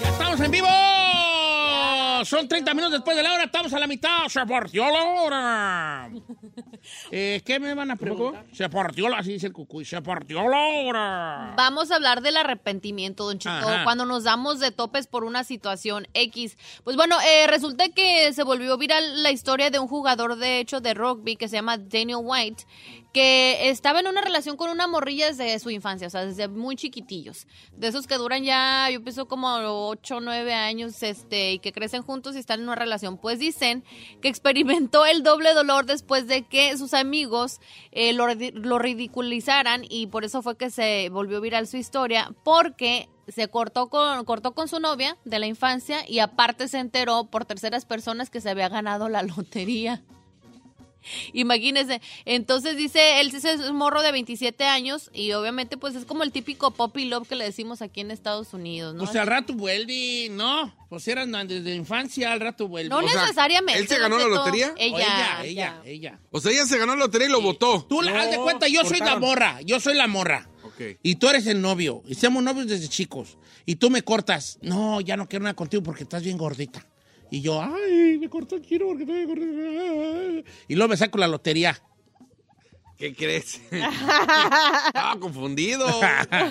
[SPEAKER 7] ¡Ya estamos en vivo! Son 30 minutos después de la hora, estamos a la mitad. ¡Se partió la hora! Eh, ¿Qué me van a preguntar? Se partió la... Así dice el cucuy. ¡Se partió la hora!
[SPEAKER 14] Vamos a hablar del arrepentimiento, don Chito,
[SPEAKER 7] Ajá.
[SPEAKER 14] cuando nos damos de topes por una situación X. Pues bueno, eh, resulta que se volvió viral la historia de un jugador, de hecho, de rugby que se llama Daniel White,
[SPEAKER 6] que estaba en una relación con una morrilla desde su infancia, o sea, desde muy chiquitillos. De esos que duran ya, yo pienso como 8 o 9 años, este, y que crecen juntos y están en una relación. Pues dicen que experimentó el doble dolor después de que sus amigos eh, lo, ridi- lo ridiculizaran y por eso fue que se volvió viral su historia, porque se cortó con, cortó con su novia de la infancia y aparte se enteró por terceras personas que se había ganado la lotería. [laughs] Imagínense. Entonces dice, él sí es un morro de 27 años y obviamente pues es como el típico poppy love que le decimos aquí en Estados Unidos, ¿no?
[SPEAKER 7] O sea, Pues al rato vuelve, no. Pues eran desde infancia, al rato vuelve.
[SPEAKER 6] No
[SPEAKER 7] O sea,
[SPEAKER 6] necesariamente.
[SPEAKER 3] ¿él se ganó la
[SPEAKER 6] Don Cheto.
[SPEAKER 3] lotería?
[SPEAKER 6] Ella,
[SPEAKER 7] Ella,
[SPEAKER 6] ella.
[SPEAKER 7] ella, ella.
[SPEAKER 3] [laughs] O sea, ella se ganó la lotería y lo votó.
[SPEAKER 7] Tú la- haz de cuenta, yo soy la
[SPEAKER 3] cortaron.
[SPEAKER 7] morra, yo soy la morra.
[SPEAKER 3] Ok.
[SPEAKER 7] Y tú eres el novio, y somos novios desde chicos. Y tú me cortas, no, ya no quiero nada contigo porque estás bien gordita. Y yo, ay, me cortó el chino porque estoy gordita. Y luego me saco la lotería.
[SPEAKER 3] ¿Qué
[SPEAKER 7] [laughs]
[SPEAKER 3] crees? Estaba confundido.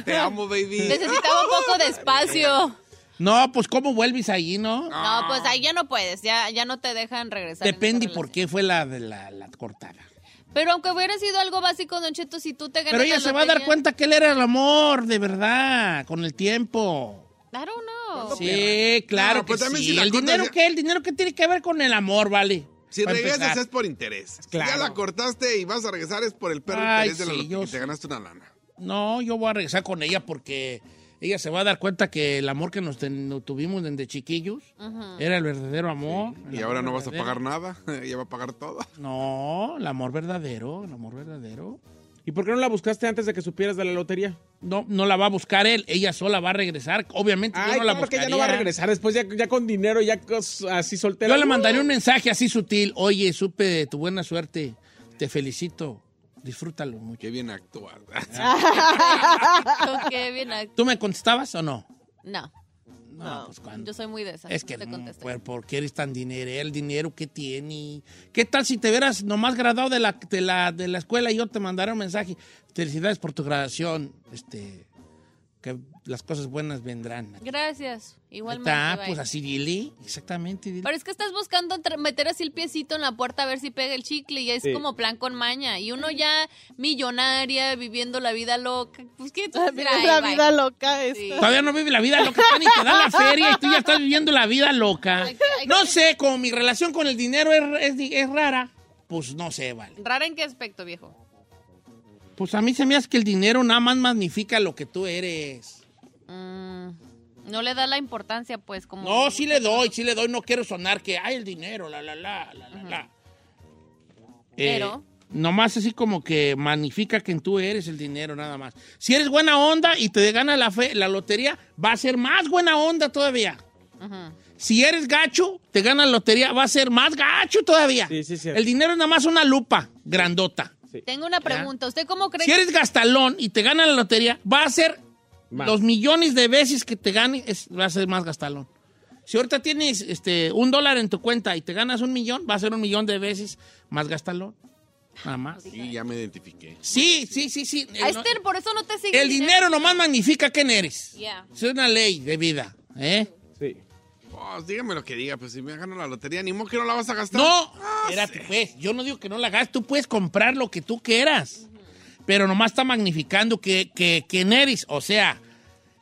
[SPEAKER 3] Te amo, baby.
[SPEAKER 6] Necesitaba un poco de
[SPEAKER 3] [laughs]
[SPEAKER 6] espacio.
[SPEAKER 7] No, pues ¿cómo vuelves ahí, no?
[SPEAKER 6] No, pues ahí ya no puedes, ya, ya no te dejan regresar. en
[SPEAKER 7] Depende
[SPEAKER 6] esa
[SPEAKER 7] por qué fue la, de la, la cortada.
[SPEAKER 6] relación. Pero aunque hubiera sido algo básico, Don Cheto, si tú te ganas
[SPEAKER 7] Pero ella
[SPEAKER 6] la
[SPEAKER 7] se va a dar
[SPEAKER 6] lotería-
[SPEAKER 7] cuenta que él era el amor, de verdad, con el tiempo.
[SPEAKER 6] I don't know.
[SPEAKER 7] Sí, claro
[SPEAKER 3] No, pues
[SPEAKER 7] que
[SPEAKER 3] también
[SPEAKER 7] sí.
[SPEAKER 3] si la
[SPEAKER 7] el
[SPEAKER 3] cortas
[SPEAKER 7] dinero
[SPEAKER 3] ya-
[SPEAKER 7] que el dinero que tiene que ver con el amor, vale.
[SPEAKER 3] Si
[SPEAKER 7] Para
[SPEAKER 3] regresas
[SPEAKER 7] empezar.
[SPEAKER 3] es por interés. Si ya
[SPEAKER 7] Claro.
[SPEAKER 3] la cortaste y vas a regresar es por el perro
[SPEAKER 7] Ay,
[SPEAKER 3] interés de la
[SPEAKER 7] sí,
[SPEAKER 3] lotería.
[SPEAKER 7] yo
[SPEAKER 3] y Te ganaste una lana.
[SPEAKER 7] No, yo voy a regresar con ella porque ella se va a dar cuenta que el amor que nos, ten- nos tuvimos desde chiquillos era el verdadero amor. el
[SPEAKER 3] Y
[SPEAKER 7] amor
[SPEAKER 3] ahora no vas a
[SPEAKER 7] verdadero.
[SPEAKER 3] pagar nada. [laughs] Ella va a pagar todo.
[SPEAKER 7] No, el amor verdadero, el amor verdadero.
[SPEAKER 4] ¿Y por qué no la buscaste antes de que supieras de la lotería?
[SPEAKER 7] No, no la va a buscar él, ella sola va a regresar. Obviamente yo
[SPEAKER 4] Ay,
[SPEAKER 7] no la
[SPEAKER 4] claro que
[SPEAKER 7] buscaría.
[SPEAKER 4] ya no va a regresar después, ya, ya con dinero, ya cos- así soltera.
[SPEAKER 7] Yo le mandaré un mensaje así sutil. Oye, supe de tu buena suerte. Te felicito. Disfrútalo mucho.
[SPEAKER 3] Qué bien [laughs] actuado.
[SPEAKER 6] Qué bien act-
[SPEAKER 7] ¿Tú me contestabas o no?
[SPEAKER 6] No,
[SPEAKER 7] No, pues cuando.
[SPEAKER 6] yo soy muy de esas.
[SPEAKER 7] Es que
[SPEAKER 6] no te
[SPEAKER 7] no,
[SPEAKER 6] contesto.
[SPEAKER 7] pues, ¿por qué eres tan dinero? El dinero que tiene. ¿Qué tal si te hubieras nomás graduado de la, de la, de la escuela y yo te mandaré un mensaje? Felicidades por tu graduación. Este, que las cosas buenas vendrán.
[SPEAKER 6] Gracias, igualmente.
[SPEAKER 7] Está,
[SPEAKER 6] bye.
[SPEAKER 7] pues así dile. Exactamente, dile.
[SPEAKER 6] Pero es que estás buscando tra- meter así el piecito en la puerta a ver si pega el chicle y es
[SPEAKER 7] Sí.
[SPEAKER 6] como plan con maña. Y uno ya millonaria, viviendo la vida loca. Pues qué tú
[SPEAKER 5] Mira, es la vida loca esta.
[SPEAKER 7] Todavía no vive la vida loca, Tani, te
[SPEAKER 6] [laughs]
[SPEAKER 7] da la feria y tú ya estás viviendo la vida loca. No sé, como mi relación con el dinero es, es- es rara, pues no sé, vale.
[SPEAKER 6] ¿Rara en qué aspecto, viejo?
[SPEAKER 7] Pues a mí se me hace que el dinero nada más magnifica lo que tú eres.
[SPEAKER 6] Mm, no le da la importancia, pues, como...
[SPEAKER 7] No, sí le doy, sí le doy, no quiero sonar que hay el dinero, la, la, la, la, la, la. Eh,
[SPEAKER 6] Pero...
[SPEAKER 7] Nomás así como que magnifica que tú eres el dinero, nada más. Si eres buena onda y te gana la, fe, la lotería, va a ser más buena onda todavía.
[SPEAKER 6] ujú.
[SPEAKER 7] Si eres gacho, te gana la lotería, va a ser más gacho todavía. El dinero es nada más una lupa grandota.
[SPEAKER 6] Tengo una pregunta. ¿Usted cómo cree
[SPEAKER 7] Si eres gastalón y te gana la lotería, va a ser
[SPEAKER 4] Más.
[SPEAKER 7] los millones de veces que te gane, es- va a ser más gastalón. Si ahorita tienes este, un dólar en tu cuenta y te ganas un millón, va a ser un millón de veces más gastalón. Nada más.
[SPEAKER 3] Y ya me identifiqué.
[SPEAKER 7] Sí, sí, sí, sí.
[SPEAKER 6] A
[SPEAKER 7] El,
[SPEAKER 6] Esther, por eso no te sigue
[SPEAKER 7] el dinero nomás magnifica quién eres.
[SPEAKER 6] Ya.
[SPEAKER 7] Es una ley de vida. ¿eh?
[SPEAKER 4] Sí.
[SPEAKER 3] Pues dígame lo que diga, pues si me gano la lotería, ni modo que no la vas a gastar.
[SPEAKER 7] No, espérate, pues. Yo no digo que no la hagas. Tú puedes comprar lo que tú quieras. Pero nomás está magnificando que, que, quién eres. O sea,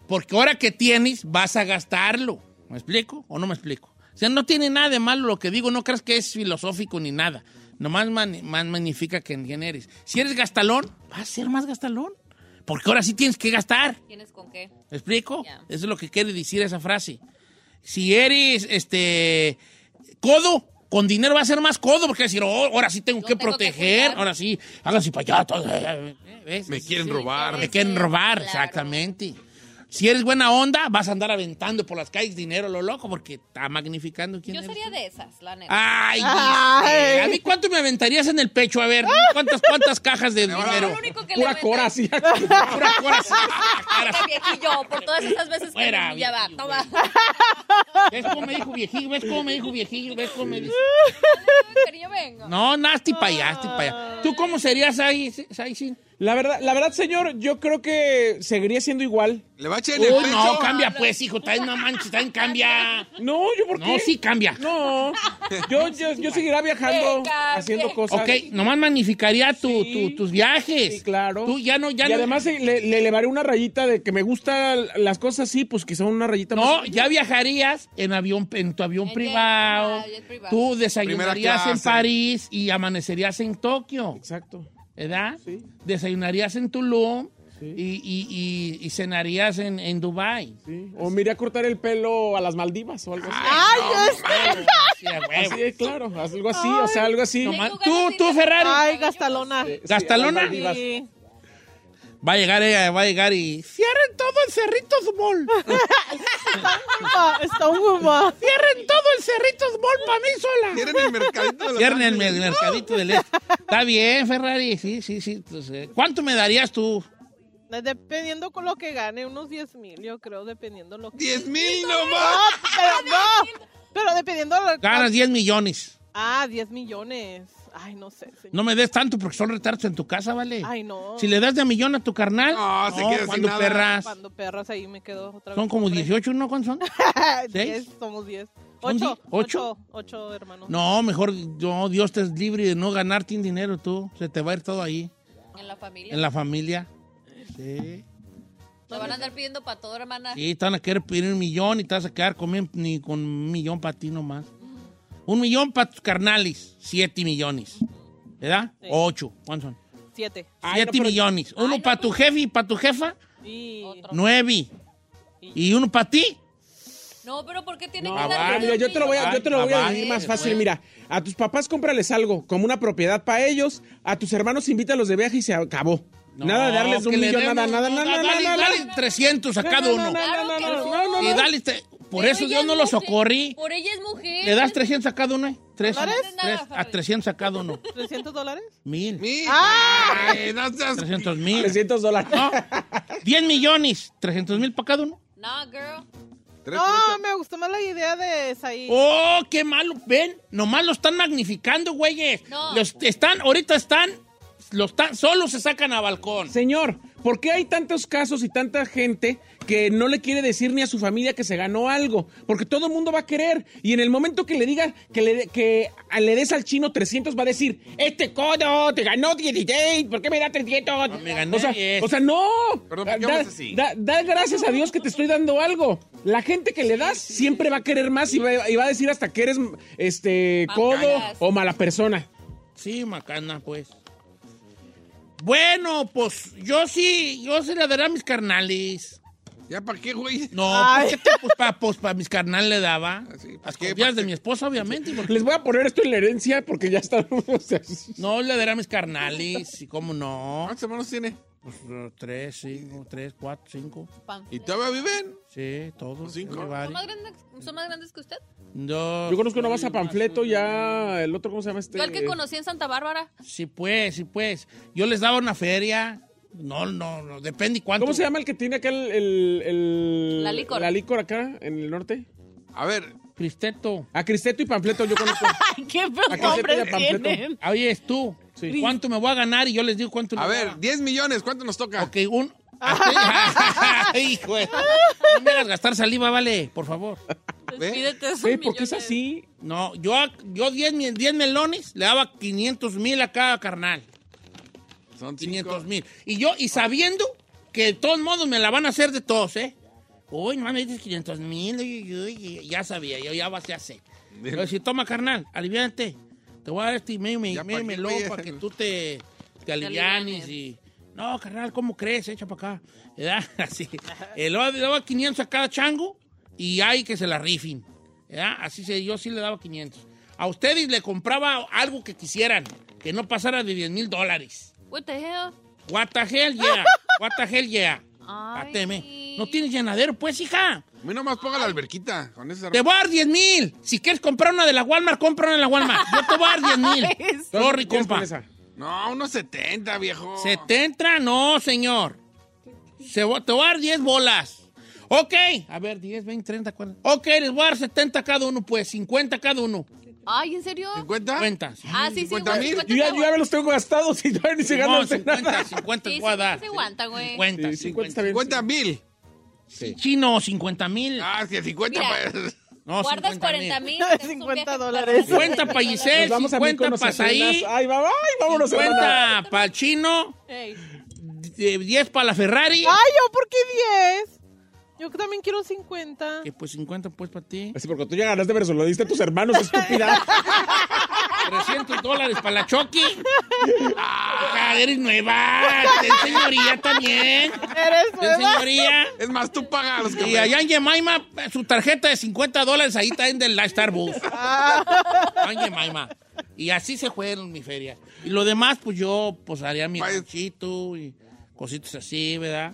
[SPEAKER 7] porque ahora que tienes, vas a gastarlo. ¿Me explico o no me explico? O sea, no tiene nada de malo lo que digo. No creas que es filosófico ni nada. Nomás man- man- magnifica que quién eres. Si eres gastalón, vas a ser más gastalón. Porque ahora sí tienes que gastar.
[SPEAKER 6] ¿Tienes con qué?
[SPEAKER 7] ¿Me explico? Eso es lo que quiere decir esa frase. Si eres este codo, con dinero va a ser más codo, porque va a decir, "Oh, ahora sí tengo que proteger, ahora sí, háganse para allá. todo, eh, eh, ¿ves?
[SPEAKER 3] Me
[SPEAKER 7] Sí,
[SPEAKER 3] quieren
[SPEAKER 7] sí,
[SPEAKER 3] robar.
[SPEAKER 7] Me quieren robar, exactamente. Si eres buena onda, vas a andar aventando por las calles dinero a lo loco, porque está magnificando quién
[SPEAKER 6] Yo
[SPEAKER 7] eres. Ah,
[SPEAKER 6] sería de esas, la neta.
[SPEAKER 7] Ay,
[SPEAKER 6] Ay.
[SPEAKER 7] dice, ¿a mí cuánto me aventarías en el pecho? A ver, ¿cuántas, cuántas cajas de dinero?
[SPEAKER 6] único que le Pura avento- cora,
[SPEAKER 4] sí.
[SPEAKER 7] Pura Ah, cora, sí.
[SPEAKER 6] Este viejillo, por todas esas veces que
[SPEAKER 7] Fuera,
[SPEAKER 6] me humillaba. Toma.
[SPEAKER 7] ¿Ves cómo me dijo viejillo? ¿Ves cómo me dijo viejillo? ¿Ves cómo me dijo?
[SPEAKER 6] Cariño, vengo.
[SPEAKER 7] No, nasty para allá, nasty para allá. ¿Tú cómo serías ahí, ahí sí?
[SPEAKER 4] La verdad, la verdad, señor, yo creo que seguiría siendo igual.
[SPEAKER 3] ¿Le va a echar en el
[SPEAKER 7] Uy,
[SPEAKER 3] pecho?
[SPEAKER 7] no, cambia pues, hijo, tal vez no manches, tal vez cambia.
[SPEAKER 4] No, yo por
[SPEAKER 7] No,
[SPEAKER 4] qué?
[SPEAKER 7] sí cambia.
[SPEAKER 4] No, yo, yo, yo seguirá viajando,
[SPEAKER 14] Que cambie.
[SPEAKER 4] haciendo cosas.
[SPEAKER 7] Ok, nomás magnificaría tu, tu- tus viajes.
[SPEAKER 4] Sí, claro.
[SPEAKER 7] Tú ya no, ya
[SPEAKER 4] y
[SPEAKER 7] no.
[SPEAKER 4] además eh, le, le elevaré una rayita de que me gustan las cosas así, pues quizá una rayita
[SPEAKER 7] No,
[SPEAKER 4] más.
[SPEAKER 7] ya viajarías en avión, en tu avión
[SPEAKER 14] En
[SPEAKER 7] privado.
[SPEAKER 14] jet- ah, jet privado.
[SPEAKER 7] Tú desayunarías
[SPEAKER 3] Primera
[SPEAKER 7] en
[SPEAKER 3] clase.
[SPEAKER 7] París y amanecerías en Tokio,
[SPEAKER 4] Exacto.
[SPEAKER 7] ¿verdad?
[SPEAKER 4] Sí.
[SPEAKER 7] Desayunarías en Tulum
[SPEAKER 4] Sí.
[SPEAKER 7] y, y- y- y cenarías en, en Dubái.
[SPEAKER 4] Sí. O me iré a cortar el pelo a las Maldivas o algo así.
[SPEAKER 7] Ah,
[SPEAKER 5] Ay, yo
[SPEAKER 7] Sí, a huevo.
[SPEAKER 4] Así, claro, algo así, o sea, algo así.
[SPEAKER 7] Toma-
[SPEAKER 14] Tengo
[SPEAKER 7] Ah, Tú,
[SPEAKER 14] ganas de
[SPEAKER 7] tú,
[SPEAKER 14] ir a-
[SPEAKER 7] Ferrari.
[SPEAKER 5] Ay, Gastalona.
[SPEAKER 4] Sí, a las
[SPEAKER 7] ¿Gastalona?
[SPEAKER 4] Maldivas.
[SPEAKER 5] Sí.
[SPEAKER 7] Va a llegar ella, va a llegar y... ¡Cierren todo el Cerritos Mall!
[SPEAKER 5] Ah, Está un humo.
[SPEAKER 7] ¡Cierren todo el Cerritos Mall para mí sola!
[SPEAKER 3] Quieren el mercadito de los
[SPEAKER 7] Cierren el
[SPEAKER 3] Ángeles.
[SPEAKER 7] mercadito del este. Está bien, Ferrari. Sí, sí, sí. pues, eh, ¿Cuánto me darías tú?
[SPEAKER 5] Dependiendo con lo que gane, unos 10 mil, yo creo, dependiendo lo que.
[SPEAKER 3] [laughs] ¡Diez mil
[SPEAKER 5] No,
[SPEAKER 3] nomás!
[SPEAKER 5] pero no. Pero dependiendo de lo
[SPEAKER 7] Ganas 10 millones.
[SPEAKER 5] Ah, 10 millones. Ay, no sé, señor.
[SPEAKER 7] No me des tanto porque son retardos en tu casa, ¿vale?
[SPEAKER 5] Ay, no.
[SPEAKER 7] Si le das de a millón a tu carnal,
[SPEAKER 3] No, se queda sin
[SPEAKER 7] cuando
[SPEAKER 3] nada.
[SPEAKER 7] perras.
[SPEAKER 5] Cuando perras ahí me quedo otra vez.
[SPEAKER 7] Son como
[SPEAKER 5] [laughs]
[SPEAKER 7] 18, ¿no? ¿Cuántos son?
[SPEAKER 5] Diez,
[SPEAKER 7] ¿Seis?
[SPEAKER 5] somos 10. 8.
[SPEAKER 7] ¿Son di- ocho?
[SPEAKER 5] 8. 8 hermanos.
[SPEAKER 7] No, mejor, no, Dios te es libre de no ganarte en dinero tú. Se te va a ir todo ahí,
[SPEAKER 14] En la familia.
[SPEAKER 7] en la familia. Sí.
[SPEAKER 14] Te van a andar pidiendo para todo, hermana.
[SPEAKER 7] Sí, te van a querer pedir un millón y te vas a quedar con, un- ni con un millón para ti nomás. Un millón para tus carnales, siete millones. ¿Verdad?
[SPEAKER 5] Sí.
[SPEAKER 7] Ocho, ¿cuántos son?
[SPEAKER 5] 7.
[SPEAKER 4] Ay, no,
[SPEAKER 7] siete
[SPEAKER 4] pero-
[SPEAKER 7] millones. Uno para tu jefe y para tu jefa,
[SPEAKER 5] Y.
[SPEAKER 14] Otro.
[SPEAKER 7] nueve. Y uno para ti.
[SPEAKER 14] No, pero ¿por qué tiene
[SPEAKER 4] No,
[SPEAKER 14] que
[SPEAKER 4] ah,
[SPEAKER 14] andar
[SPEAKER 4] mira, yo te lo voy a, yo te lo voy a
[SPEAKER 7] Acabar,
[SPEAKER 4] decir más
[SPEAKER 7] eh,
[SPEAKER 4] fácil.
[SPEAKER 7] güey.
[SPEAKER 4] Mira, a tus papás cómprales algo, como una propiedad para ellos. A tus hermanos invítalos de viaje y se acabó. nada de darles
[SPEAKER 7] que
[SPEAKER 4] un
[SPEAKER 7] le
[SPEAKER 4] millón,
[SPEAKER 7] demos-
[SPEAKER 4] nada, nada, nada, nada,
[SPEAKER 7] Dale,
[SPEAKER 4] nada,
[SPEAKER 7] dale
[SPEAKER 4] nada.
[SPEAKER 7] 300 a
[SPEAKER 4] No,
[SPEAKER 7] cada
[SPEAKER 4] no,
[SPEAKER 7] uno.
[SPEAKER 4] No, no, no,
[SPEAKER 14] Claro que
[SPEAKER 4] no, no,
[SPEAKER 7] Y
[SPEAKER 4] no.
[SPEAKER 7] dale, te- por
[SPEAKER 14] Pero
[SPEAKER 7] eso
[SPEAKER 14] ella
[SPEAKER 7] Dios
[SPEAKER 14] es
[SPEAKER 7] no lo
[SPEAKER 14] mujer.
[SPEAKER 7] socorrí.
[SPEAKER 14] Por ella es mujer.
[SPEAKER 7] ¿Le das 300 a cada uno? ¿Tres?
[SPEAKER 5] ¿Dólares?
[SPEAKER 7] tres- a 300 a cada uno.
[SPEAKER 5] 300 dólares.
[SPEAKER 7] Mil.
[SPEAKER 3] Mil.
[SPEAKER 7] Ah.
[SPEAKER 3] Ay, no seas-
[SPEAKER 7] 300 mil.
[SPEAKER 4] 300 dólares.
[SPEAKER 7] No, 10 millones. 300 mil para cada uno.
[SPEAKER 14] No, girl.
[SPEAKER 3] Tres,
[SPEAKER 5] No, me gustó más la idea de Saí.
[SPEAKER 7] ¡Oh, qué malo! Ven, nomás lo están magnificando, güeyes.
[SPEAKER 14] No.
[SPEAKER 7] Los están, ahorita están, los están, solo se sacan a balcón.
[SPEAKER 4] Señor, ¿por qué hay tantos casos y tanta gente que no le quiere decir ni a su familia que se ganó algo? Porque todo el mundo va a querer. Y en el momento que le diga que le, que le des al chino 300, va a decir: Este codo te ganó 16, ¿por qué me da 300?
[SPEAKER 7] me gané
[SPEAKER 4] o, sea,
[SPEAKER 7] 10.
[SPEAKER 4] o sea, no.
[SPEAKER 3] Perdón,
[SPEAKER 4] Da-
[SPEAKER 3] ¿por qué
[SPEAKER 4] da,
[SPEAKER 3] hablas así?
[SPEAKER 4] da- da gracias a Dios que te estoy dando algo. La gente que le das siempre va a querer más y va, y va a decir hasta que eres este codo
[SPEAKER 14] Mamonas.
[SPEAKER 4] o mala persona.
[SPEAKER 7] Sí, macana, pues. Bueno, pues yo sí, yo se la daré a mis carnales.
[SPEAKER 3] ¿Ya para qué, güey?
[SPEAKER 7] No,
[SPEAKER 5] Ay.
[SPEAKER 7] pues, ¿qué te- pues, pa- pues, pa' mis carnales le daba.
[SPEAKER 3] sí, pues,
[SPEAKER 7] Las
[SPEAKER 3] ¿qué?
[SPEAKER 7] copias de
[SPEAKER 3] ¿Para
[SPEAKER 7] mi esposa, obviamente. porque-
[SPEAKER 4] Les voy a poner esto en la herencia porque ya está. [laughs] o sea,
[SPEAKER 7] No, le daré a mis carnales. ¿Y cómo no?
[SPEAKER 3] ¿Cuántos hermanos este tiene?
[SPEAKER 7] Pues eh, tres, cinco, tres, cuatro, cinco.
[SPEAKER 3] ¿Y todavía viven?
[SPEAKER 7] Sí, todos.
[SPEAKER 3] Cinco.
[SPEAKER 7] everybody.
[SPEAKER 14] ¿Son más, grandes, ¿Son más grandes que usted?
[SPEAKER 7] No,
[SPEAKER 4] Yo conozco nomás a
[SPEAKER 7] soy más
[SPEAKER 4] Panfleto,
[SPEAKER 7] uno.
[SPEAKER 4] ya el otro, ¿cómo se llama este?
[SPEAKER 14] Yo al que conocí en Santa Bárbara.
[SPEAKER 7] Sí, pues, sí, pues. Yo les daba una feria. No, no, no. Depende cuánto.
[SPEAKER 4] ¿Cómo se llama el que tiene acá el, el- el-
[SPEAKER 14] La licor.
[SPEAKER 4] La licor acá, en el norte.
[SPEAKER 3] A ver,
[SPEAKER 7] Cristeto.
[SPEAKER 4] A Cristeto y Panfleto
[SPEAKER 14] [laughs]
[SPEAKER 4] yo conozco.
[SPEAKER 14] ¿Qué
[SPEAKER 4] A Cristeto y a Panfleto.
[SPEAKER 7] Ah, Oye, es tú.
[SPEAKER 4] Sí.
[SPEAKER 7] ¿Cuánto me voy a ganar? Y yo les digo cuánto
[SPEAKER 3] a
[SPEAKER 7] me
[SPEAKER 3] ver,
[SPEAKER 7] daba.
[SPEAKER 3] 10 millones, ¿cuánto nos toca?
[SPEAKER 7] Ok, un. [laughs] Ay, Hijo de- No me hagas gastar saliva, vale, por favor.
[SPEAKER 14] Pídete esos
[SPEAKER 4] Ey, ¿Por
[SPEAKER 14] millones.
[SPEAKER 4] qué es así?
[SPEAKER 7] No, yo, a- yo 10, mil- 10 melones le daba 500 mil a cada carnal.
[SPEAKER 3] Son
[SPEAKER 7] 500 mil. Y yo, y sabiendo que de todos modos me la van a hacer de todos, ¿eh? Uy, no me dices 500 mil, uy, uy, uy. ya sabía, yo ya vas a hacer. Pero si toma, carnal, aliviante. Te voy a dar este medio, me-
[SPEAKER 3] Ya
[SPEAKER 7] medio
[SPEAKER 3] pa' qué,
[SPEAKER 7] melón
[SPEAKER 3] güey.
[SPEAKER 7] para que tú te, te alivianes
[SPEAKER 14] alivianes.
[SPEAKER 7] y... No, carnal, ¿cómo crees? Echa para acá. ¿Verdad? [laughs] Así. Eh, luego le daba 500 a cada chango y hay que se la rifen. ¿Verdad? Así se, yo sí le daba 500. A ustedes le compraba algo que quisieran, que no pasara de 10 mil dólares.
[SPEAKER 14] What the hell?
[SPEAKER 7] What the hell,
[SPEAKER 6] [laughs]
[SPEAKER 7] yeah. What the hell, yeah.
[SPEAKER 14] Ay.
[SPEAKER 7] Ateme. No tienes llenadero, pues, hija.
[SPEAKER 3] A mí nomás ponga la alberquita con ese
[SPEAKER 7] Te voy a dar 10 mil. Si quieres comprar una de la Walmart, compra una de la Walmart. Yo te voy a
[SPEAKER 6] [laughs]
[SPEAKER 7] dar 10 mil. Sorry,
[SPEAKER 4] ¿Qué es
[SPEAKER 7] compa.
[SPEAKER 4] con esa?
[SPEAKER 3] No, unos 70, viejo.
[SPEAKER 7] ¿Se te entra? No, señor. Se vo- te voy a dar 10 bolas. Ok. A ver, 10, 20, 30, 40. Ok, les voy a dar 70 cada uno, pues. 50 cada uno.
[SPEAKER 6] Ay, ¿en serio?
[SPEAKER 3] ¿50?
[SPEAKER 6] Ah, sí, sí, güey.
[SPEAKER 7] Yo ya, yo ya
[SPEAKER 4] me los tengo gastados y todavía ni se
[SPEAKER 7] ganan.
[SPEAKER 4] ganan
[SPEAKER 7] No, 50, 50
[SPEAKER 6] Sí,
[SPEAKER 7] voy a dar.
[SPEAKER 6] sí, se aguanta, güey.
[SPEAKER 7] 50, 50. 50
[SPEAKER 3] mil.
[SPEAKER 7] Chino, 50 mil.
[SPEAKER 3] Ah, que 50
[SPEAKER 6] Mira.
[SPEAKER 3] pues.
[SPEAKER 7] No,
[SPEAKER 6] Guardas 40 mil.
[SPEAKER 5] [laughs]
[SPEAKER 6] 50
[SPEAKER 5] dólares.
[SPEAKER 7] 50 para Giselle,
[SPEAKER 4] Nos vamos a mí
[SPEAKER 7] 50
[SPEAKER 4] con
[SPEAKER 7] para
[SPEAKER 4] los
[SPEAKER 7] Saí,
[SPEAKER 4] apenas. Ay, va- ay, vámonos,
[SPEAKER 7] 50
[SPEAKER 4] hermana.
[SPEAKER 7] para el chino,
[SPEAKER 5] Ey.
[SPEAKER 7] de- 10 para la Ferrari.
[SPEAKER 5] Ay,
[SPEAKER 10] Ah.
[SPEAKER 5] yo, ¿por qué 10? Yo también quiero 50.
[SPEAKER 7] Que pues 50 pues para ti.
[SPEAKER 4] Así porque tú ya ganaste, pero se lo diste a tus
[SPEAKER 7] [laughs]
[SPEAKER 4] hermanos, estúpida.
[SPEAKER 7] 300 dólares para la Chucky. Ah, eres nueva. Ten señoría también.
[SPEAKER 5] Eres
[SPEAKER 7] Ten
[SPEAKER 5] nueva.
[SPEAKER 7] señoría.
[SPEAKER 3] Es más, tú pagas los que
[SPEAKER 7] Y allá en Yemaima, su tarjeta de 50 dólares ahí está en del Starbucks.
[SPEAKER 5] Ah.
[SPEAKER 7] Allá en Yemaima. Y así se fueron mi feria. Y lo demás, pues yo pues haría mi ranchito y cositas así, ¿verdad?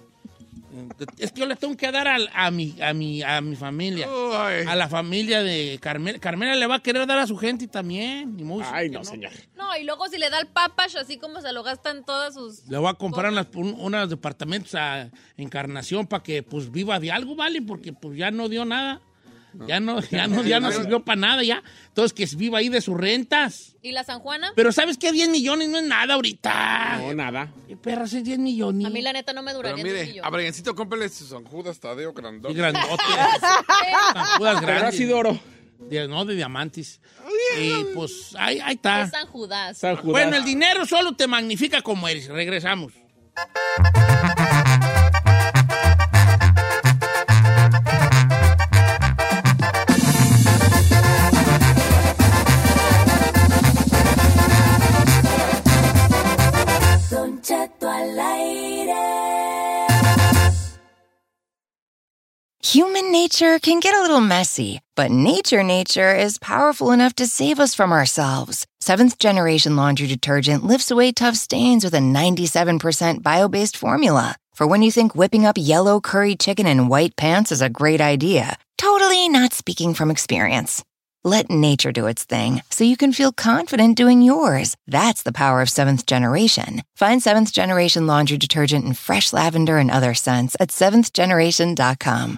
[SPEAKER 7] Es que yo le tengo que dar al- a, mi, a, mi, a mi familia.
[SPEAKER 3] Ay.
[SPEAKER 7] A la familia de Carmela. Carmela le va a querer dar a su gente también. Ni mucho, Ay, no, señor.
[SPEAKER 6] No, y luego si le da el papash, así como se lo gastan todas sus...
[SPEAKER 7] Le voy a comprar unas, un- unos departamentos a Encarnación para que pues viva de algo, ¿vale? Porque pues ya no dio nada. Ya no, ya no, ya no sirvió para nada ya. Entonces que viva ahí de sus rentas.
[SPEAKER 6] ¿Y la San Juana?
[SPEAKER 7] Pero ¿sabes qué? 10 millones no es nada ahorita.
[SPEAKER 4] No, nada.
[SPEAKER 7] ¿Qué perras es 10 millones?
[SPEAKER 6] A mí la neta no me
[SPEAKER 3] Pero
[SPEAKER 6] duraría ni un
[SPEAKER 3] mire,
[SPEAKER 6] millón.
[SPEAKER 3] a Briancito, cómprale su San Judas Tadeo grandote.
[SPEAKER 6] [laughs]
[SPEAKER 7] Y grandote. Judas
[SPEAKER 3] Pero
[SPEAKER 7] grandes.
[SPEAKER 3] así de
[SPEAKER 4] oro.
[SPEAKER 7] De- no, de diamantes. Y pues ahí, ahí
[SPEAKER 6] Es
[SPEAKER 3] ah.
[SPEAKER 7] está.
[SPEAKER 6] San Judas.
[SPEAKER 7] Bueno, el dinero solo te magnifica como eres. Regresamos.
[SPEAKER 11] Don Cheto al aire.
[SPEAKER 1] Human nature can get a little messy, but nature nature is powerful enough to save us from ourselves. Seventh generation laundry detergent lifts away tough stains with a 97% bio based formula. For when you think whipping up yellow curry chicken in white pants is a great idea, totally not speaking from experience. Let nature do its thing so you can feel confident doing yours. That's the power of seventh generation. Find seventh generation laundry detergent in fresh lavender and other scents at seventhgeneration.com.